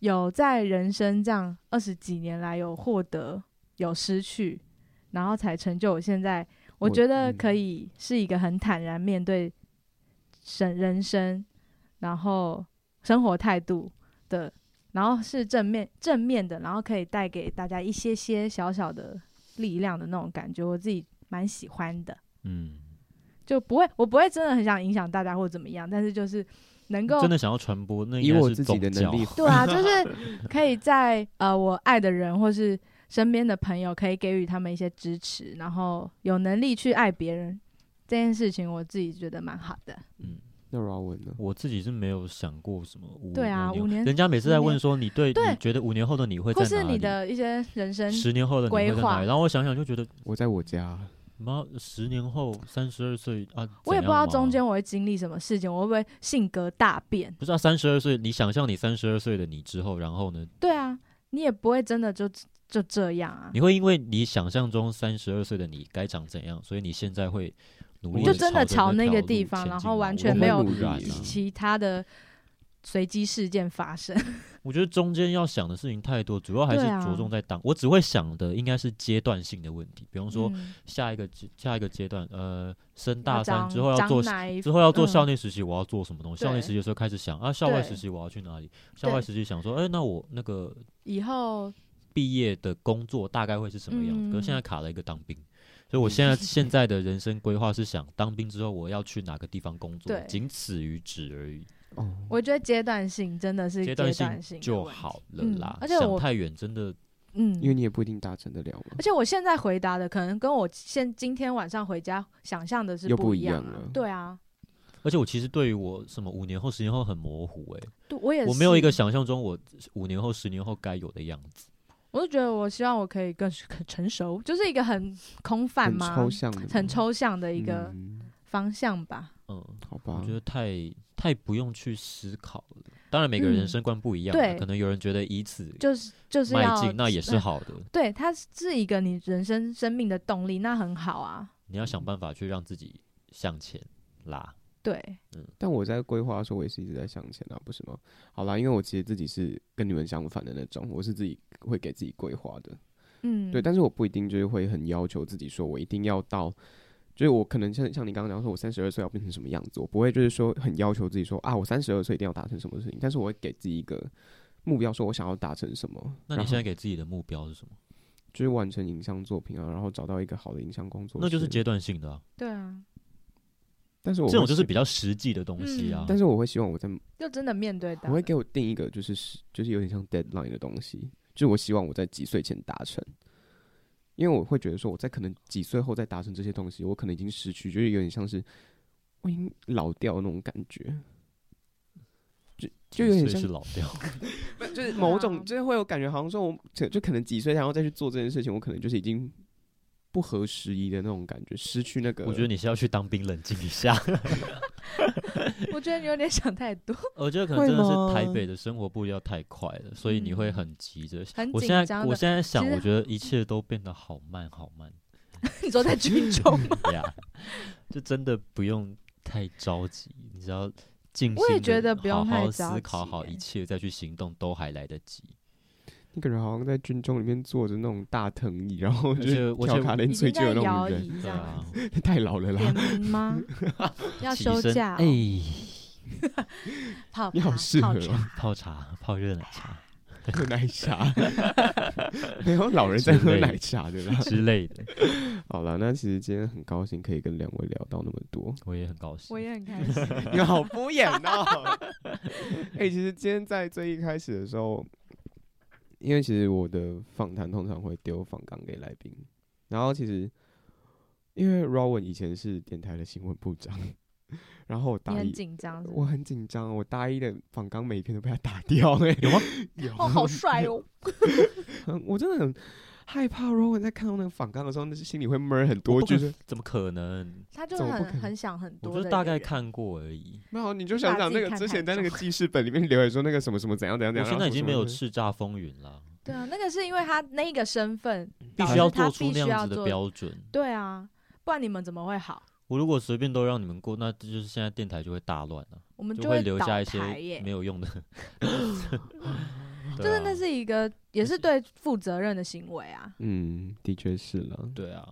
有在人生这样二十几年来有获得有失去，然后才成就我现在，
我
我觉得
嗯
可以是一个很坦然面对生人生，然后生活态度的，然后是正面正面的，然后可以带给大家一些些小小的力量的那种感觉，我自己蛮喜欢的。
嗯，
就不会，我不会真的很想影响大家或怎么样，但是就是能够
真的想要传播，那
以
应该
我
是
自己
宗
的
教
能。力，
对 啊，就是可以在呃我爱的人或是身边的朋友，可以给予他们一些支持，然后有能力去爱别人这件事情，我自己觉得蛮好的。
那 Rawan 呢？
我自己是没有想过什么五
对啊
年
五年
人家每次在
五
问
年
说你对
对
你觉得五年后的你会在
或
哪里？
是你的一些人生，
十年后的你会
规
在
划
哪里？然后我想想就觉得，
我在我家，
妈，十年后三十二岁啊，
我也
怎
不知道
样嘛
中间我会经历什么事情，我会不会性格大变？
不是啊，三十二岁，你想象你三十二岁的你之后，然后呢，
对啊，你也不会真的就就这样啊
你。会因为你想象中三十二岁的你该长怎样，所以你现在会努力
就
地
真的朝
朝着
那
那
个
条
地
路
方
前
然
进
后
嘛
完
我
全
会
没有
努力啊
自己
其他的随机事件发生，
我觉得中间要想的事情太多，主要还是
对啊
着重在当。我只会想的应该是阶段性的问题，比方说
嗯
下一个阶下一个阶段，呃，升
要
大三
长
之后要
长
做
哪一
之后要做
嗯
校内实习，我要做什么东西？校内
对
实习的时候开始想啊，校外
对
实习我要去哪里？校外
对
实习想说，哎、那我那个
以后
毕业的工作大概会是什么样子？可
嗯
是现在卡了一个当兵，所以我现在现在的人生规划是想当兵之后我要去哪个地方工作，
对
仅此于止而已，
哦，
我觉得阶段性真的是
阶
段
性
的
就
问题
好了
嗯
啦。
而且
想
我
太远真的
嗯
因，为你也不一定达成得了嘛
而，且我现在回答的可能跟我现今天晚上回家想象的是
又不
一
一样
啊
了
对啊，
而且我其实对于我什么五年后、十年后很模糊哎、
对我也
我没有一个
是，
想象中我五年后、十年后该有的样子。
我就觉得我希望我可以更更成熟，就是一个很空泛
很
嘛，
抽象的嘛，
很抽象的一个
嗯
方向吧。
嗯，
好
我
吧
觉，得太太不用去思考了。当然，每个人
嗯
人生观不一样啊、
对
可能有人觉得以此
就是就是
迈
要
进，啊那也是好的。
对，它是一个你人生生命的动力，那很好啊。
你要想办法去让自己向前拉。
对，
但我在规划的时候，我也是一直在向前啊，不是吗？好啦，因为我其实自己是跟你们相反的那种，我是自己会给自己规划的，
嗯，
对，但是我不一定就是会很要求自己说，我一定要到，就是我可能像像你刚刚讲说，我三十二岁要变成什么样子，我不会就是说很要求自己说啊，我三十二岁一定要达成什么事情，但是我会给自己一个目标，说我想要达成什么。
那
然
你
后
现在给自己的目标是什么？
就是完成影像作品啊，然后找到一个好的影像工作室，
那就是阶段性的、啊，
对啊，
但是我
这
会
种就是
希
比较实际的东西啊
嗯。
但是我会希望我在，
就真的面对到
我会给
了
我定一个就是是就是有点像 deadline 的东西，就是我希望我在几岁前达成。因为我会觉得说，我在可能几岁后再达成这些东西，我可能已经失去，就是有点像是我已经老掉的那种感觉，就就有点
几岁
像
是老 掉，
就是某
啊
种，就是会有感觉，好像说我就就可能几岁然后再去做这件事情，我可能就是已经不合时宜的那种感觉，失去那个。
我觉得你是要去当兵，冷静一 下。
我觉得你有点想太多，
我觉得可能
会
真的是
吗
台北的生活步调太快了，所以你会
嗯
很急着。
很
我
紧
现在
张
我
的
现在想，
实
我觉得一切都变得好慢好慢
哎
你说在 军中吗？
呀，就真的不用太着急，你只要静
我也
心地
觉得不用
好好
太着
思考
急
好一
欸
切再去行动都还来得及。
你感觉好像在军中里面坐着那种大藤椅，然后就是
而且我觉
跳卡
得
已
丁
经
最就
在
有那种
摇
人，啊
椅这
对
样
啊
子，，
太老了啦
点。名 吗？要
起
休
身
假哦、
哎、
泡
你好
茶
适
泡
合
茶
哦
泡茶，泡热 奶茶
喝奶 茶，没有老人在喝奶茶的啦。
之类的，
好了，那其实今天很高兴可以跟两位聊到那么多，
我也很高兴。
我也很开心。
你们好敷衍哦。 哎、其实今天在最一开始的时候，因为其实我的访谈通常会丢访纲给来宾，然后其实因为 Rowan 以前是电台的新闻部长， 然后我
你
大
很
一，
紧张是不是，
我很紧张，我大一的仿纲每一篇都被他打掉、欸，有吗？ 有，
哦，好帅哦！
很我真的很害怕。如果我在看到那个仿纲的时候，那是心里会闷很多，
我不可
就是
怎么可能？
他就
怎么不
很
可能
很想很
我
多的
就
一个人，
大概看过而已。
没有，你就想
把
想
自己
那个
看
之
太
前在那个
重
记事本里面留言说那个什么什么怎样怎样怎
我
样，
现在已经没有
吃，
叱咤风云了，
对啊，那个是因为他那个身份
必
导
须
致
要
啊他
做出
必
那
须
样
要
子的
做
标准。
对啊，不然你们怎么会好？
我如果随便都让你们过，那这就是现在电台就会大乱了，
我们
就
会
留
倒
下一
台
些
耶
没，有用的。 啊就
就是那是一
啊
个也是对负责任的行为啊。
嗯，的确是了。
对啊，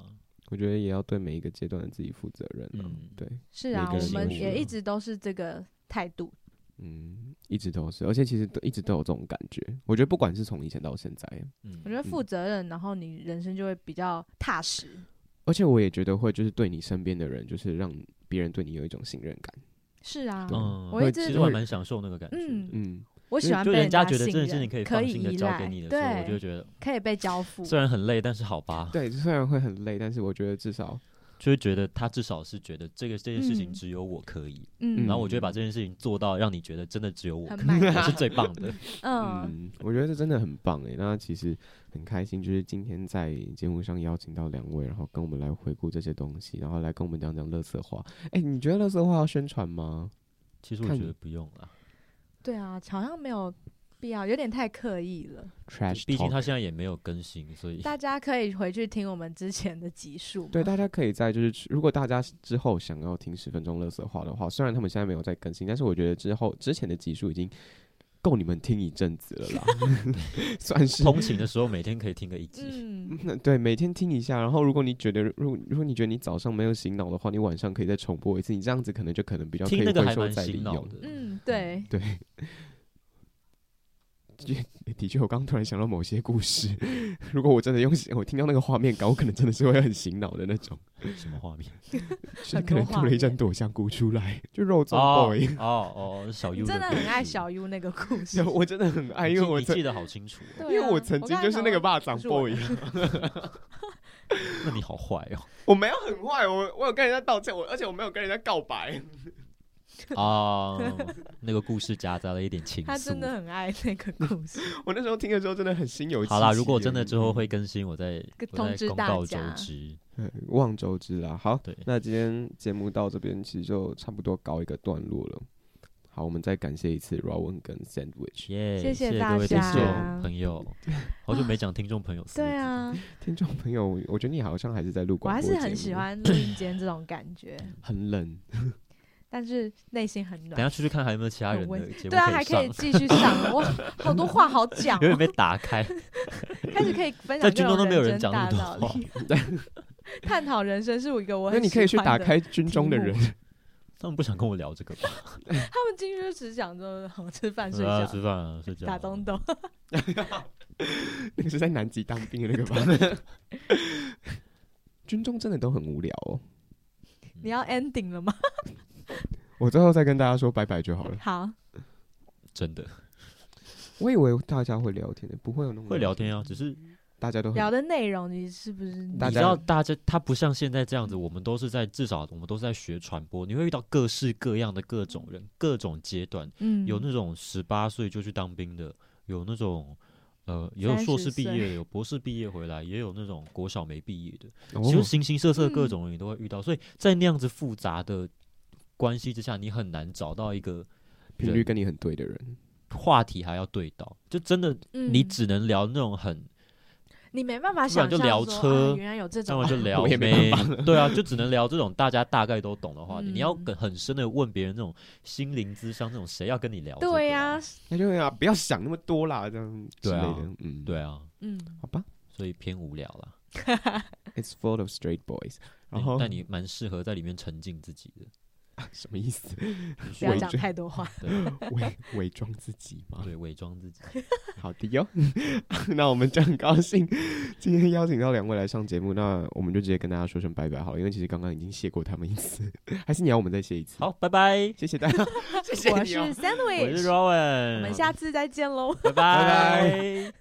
我觉得也要对每一个阶段的自己负责任了。
嗯
对，
是啊，
每个
我
人
们
都是
也
啊
一直都是这个态度。
嗯，一直都是，而且其实都一直都有这种感觉。我觉得不管是从以前到现在，
嗯
我觉得负责任，然后你人生就会比较踏实。
而且我也觉得会就是对你身边的人，就是让别人对你有一种信任感。
是啊，
对
嗯，
我一
其
直
实我还蛮享受那个感觉
嗯
的。
嗯，
我喜欢
就
被
人
家
觉得
信
这件事情
任
可以
可
放
以
心的
依
交
赖，
给你的时候，我就
对，
觉得
可以被交付。
虽然很累，但是好吧，
对，虽然会很累，但是我觉得至少，
就会觉得他至少是觉得这个这件事情
嗯
只有我可以，
嗯，
然后我就会把这件事情做到让你觉得真的只有我
很
可
满
以，
意
我是最棒 的。
嗯，
嗯，我觉得这真的很棒诶。那其实很开心，就是今天在节目上邀请到两位，然后跟我们来回顾这些东西，然后来跟我们讲讲乐色话。哎、你觉得乐色话要宣传吗？
其实我
看
觉得
你
不用了，
对啊，好像没有必要，有点太刻意了。
trash，
毕竟
talk
他现在也没有更新，所以
大家可以回去听我们之前的集数嘛。
对大家可以在就是如果大家之后想要听十分钟乐色话的话，虽然他们现在没有在更新，但是我觉得之后之前的集数已经够你们听一阵子了 啦， 算是。
通勤的时候每天可以听个一集。
嗯，
那 对，每天听一下，然后如果你觉得，如果如果你觉得你早上没有醒脑的话，你晚上可以再重播一次，你这样子可能就可能比较可
听
以
那个
回
还
收
蛮
再
洗
利
脑
用。
的，
嗯，对，
对，的的确，我刚刚突然想到某些故事， 如果我真的用我听到那个画面感，我可能真的是会很醒脑的那种，
嗯
什么画面？
就是
很
可
多
能
画
吐了一阵
面
朵香菇出来，就肉粽
哦
boy。
哦哦，小
你
U
真的很爱
故事，
小 U 那个故事
就。我真的很爱，
你
因为
记
哎我
你
曾
记得好清楚哦，
对啊
因为我曾经就是那个霸掌
不是我
boy，
那你好坏哦。
我没有很坏，我我有跟人家道歉，我而且我没有跟人家告白。
啊，那个故事夹杂了一点情
他真的
愫。
很爱那个故 事。
我那时候听的时候真的很心有戚戚
好
焉。
啦，如果真的之后会更新，我再
跟
我
通
再
知
公
大
告周
家
知。
嗯望周知啦。好，
对
那今天节目到这边其实就差不多告一个段落了。好，我们再感谢一次 Rowan 跟 Sandwich
耶，
谢谢
谢
大
各位听
家
众朋友， 好久没讲听众朋友。
对，啊，
听众朋友，我觉得你好像还是在录
我
广
还
播
是很
节
喜
目，
欢录音间这种感觉，
很冷。
但是内心很
等一
暖。
下出去看还有没有其他
很
人的
温
节目
对啊，还可
上
以，继续上， 哇，好多话好讲
有点
哦，
被打 开。
开始可以分
在
享
军
这
中都
种
没有人
人
讲
生
那么
大
多
道理。 探讨人生是我一个我
那
很
你可以去
喜欢
打
的，
开军中的
题目
人，
他们不想跟我聊这个 吧？
他们进去就只讲着好吃饭睡
啊
觉
吃饭啊，睡觉啊，
打东东。
那个是在南极当兵的那个吧？ 军中真的都很无聊哦。
嗯
你要 ending 了吗？
我最后再跟大家说拜拜就好
嗯
了。
好，
真的
我以为大家会聊天的，不会有那么
会聊，天啊，只是
大家都
聊
很
的内容你是不是
大
你
家
知道，大家他不像现在这样子，我们都是在至少我们都是在学传播，你会遇到各式各样的各种人、各种阶段，
嗯
有那种十八岁就去当兵的，有那种呃也有
30
硕士毕
岁
业、有博士毕业回来，也有那种国小没毕业的，
哦
其实形形色色各
嗯
种人你都会遇到，所以在那样子复杂的关系之下，你很难找到一个
频率跟你很对的人。
话题还要对到，就真的你只能聊那种很
嗯你没办法
突然
想
就
象
聊
说
车
啊原来有这
那
种
我就聊
我也没
呗，对啊，就只能聊这种大家大概都懂的话题。
嗯
你要跟很深的问别人这种心灵智商这种，谁要跟你聊、这个
对呀、
啊，
那就啊，不要想那么多啦，这样之
对
类
啊
的。嗯，，
对啊，
嗯，
好吧。
所以偏无聊啦。
It's full of straight boys。然后
但你蛮适合在里面沉浸自己的，
什么意思？
不要
伪
讲
装
太多话，
对
伪伪装自己
啊
吗？
对，伪装自己。
好的哟。 那我们就很高兴，今天邀请到两位来上节目，那我们就直接跟大家说声拜拜好了，因为其实刚刚已经谢过他们一次， 还是你要我们再谢一次？
好，拜拜，
谢谢大家，谢谢
我
你
是
哦。
我是
Sandwich，
Rowan，
我们下次再见喽。
拜
拜
拜